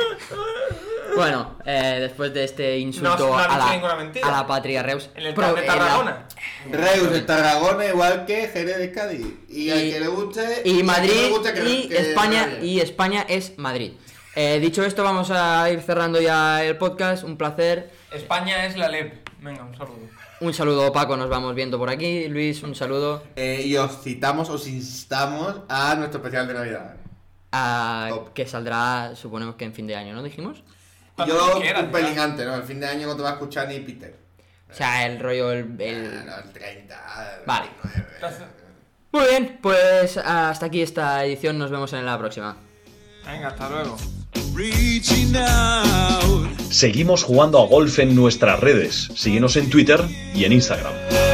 [SPEAKER 1] Bueno, eh, después de este insulto
[SPEAKER 4] No, no ha
[SPEAKER 1] a,
[SPEAKER 4] dicho
[SPEAKER 1] la,
[SPEAKER 4] ninguna mentira.
[SPEAKER 1] a la patria Reus.
[SPEAKER 4] En el
[SPEAKER 1] pro-
[SPEAKER 4] de
[SPEAKER 1] en la-
[SPEAKER 4] Tarragona.
[SPEAKER 2] Reus de Tarragona, igual que Jerez de Cádiz. Y, al
[SPEAKER 1] Y-
[SPEAKER 2] que le guste.
[SPEAKER 1] y Madrid
[SPEAKER 2] al que no le guste, que-
[SPEAKER 1] y
[SPEAKER 2] que-
[SPEAKER 1] España
[SPEAKER 2] que-
[SPEAKER 1] y España es Madrid. Eh, dicho esto, vamos a ir cerrando ya el podcast. Un placer.
[SPEAKER 4] España es la LEP. Venga, un saludo.
[SPEAKER 1] Un saludo, Paco. Nos vamos viendo por aquí. Luis, un saludo.
[SPEAKER 2] Eh, y os citamos, os instamos a nuestro especial de Navidad.
[SPEAKER 1] Ah,
[SPEAKER 2] Top.
[SPEAKER 1] que saldrá, suponemos que en fin de año, ¿no dijimos?
[SPEAKER 4] Cuando
[SPEAKER 2] Yo
[SPEAKER 4] tú quieras,
[SPEAKER 2] un pelín
[SPEAKER 4] ya.
[SPEAKER 2] antes, ¿no? El fin de año no te va a escuchar ni Peter.
[SPEAKER 1] O sea, el rollo, el... el-
[SPEAKER 2] Ah, Eh, no, el 30. el
[SPEAKER 1] Vale.
[SPEAKER 2] 29.
[SPEAKER 4] Entonces,
[SPEAKER 1] Muy bien, pues hasta aquí esta edición. Nos vemos en la próxima.
[SPEAKER 4] Venga, hasta luego.
[SPEAKER 5] Reaching out.
[SPEAKER 3] Seguimos jugando a golf en nuestras redes. Síguenos en Twitter y en Instagram.
[SPEAKER 5] Oh,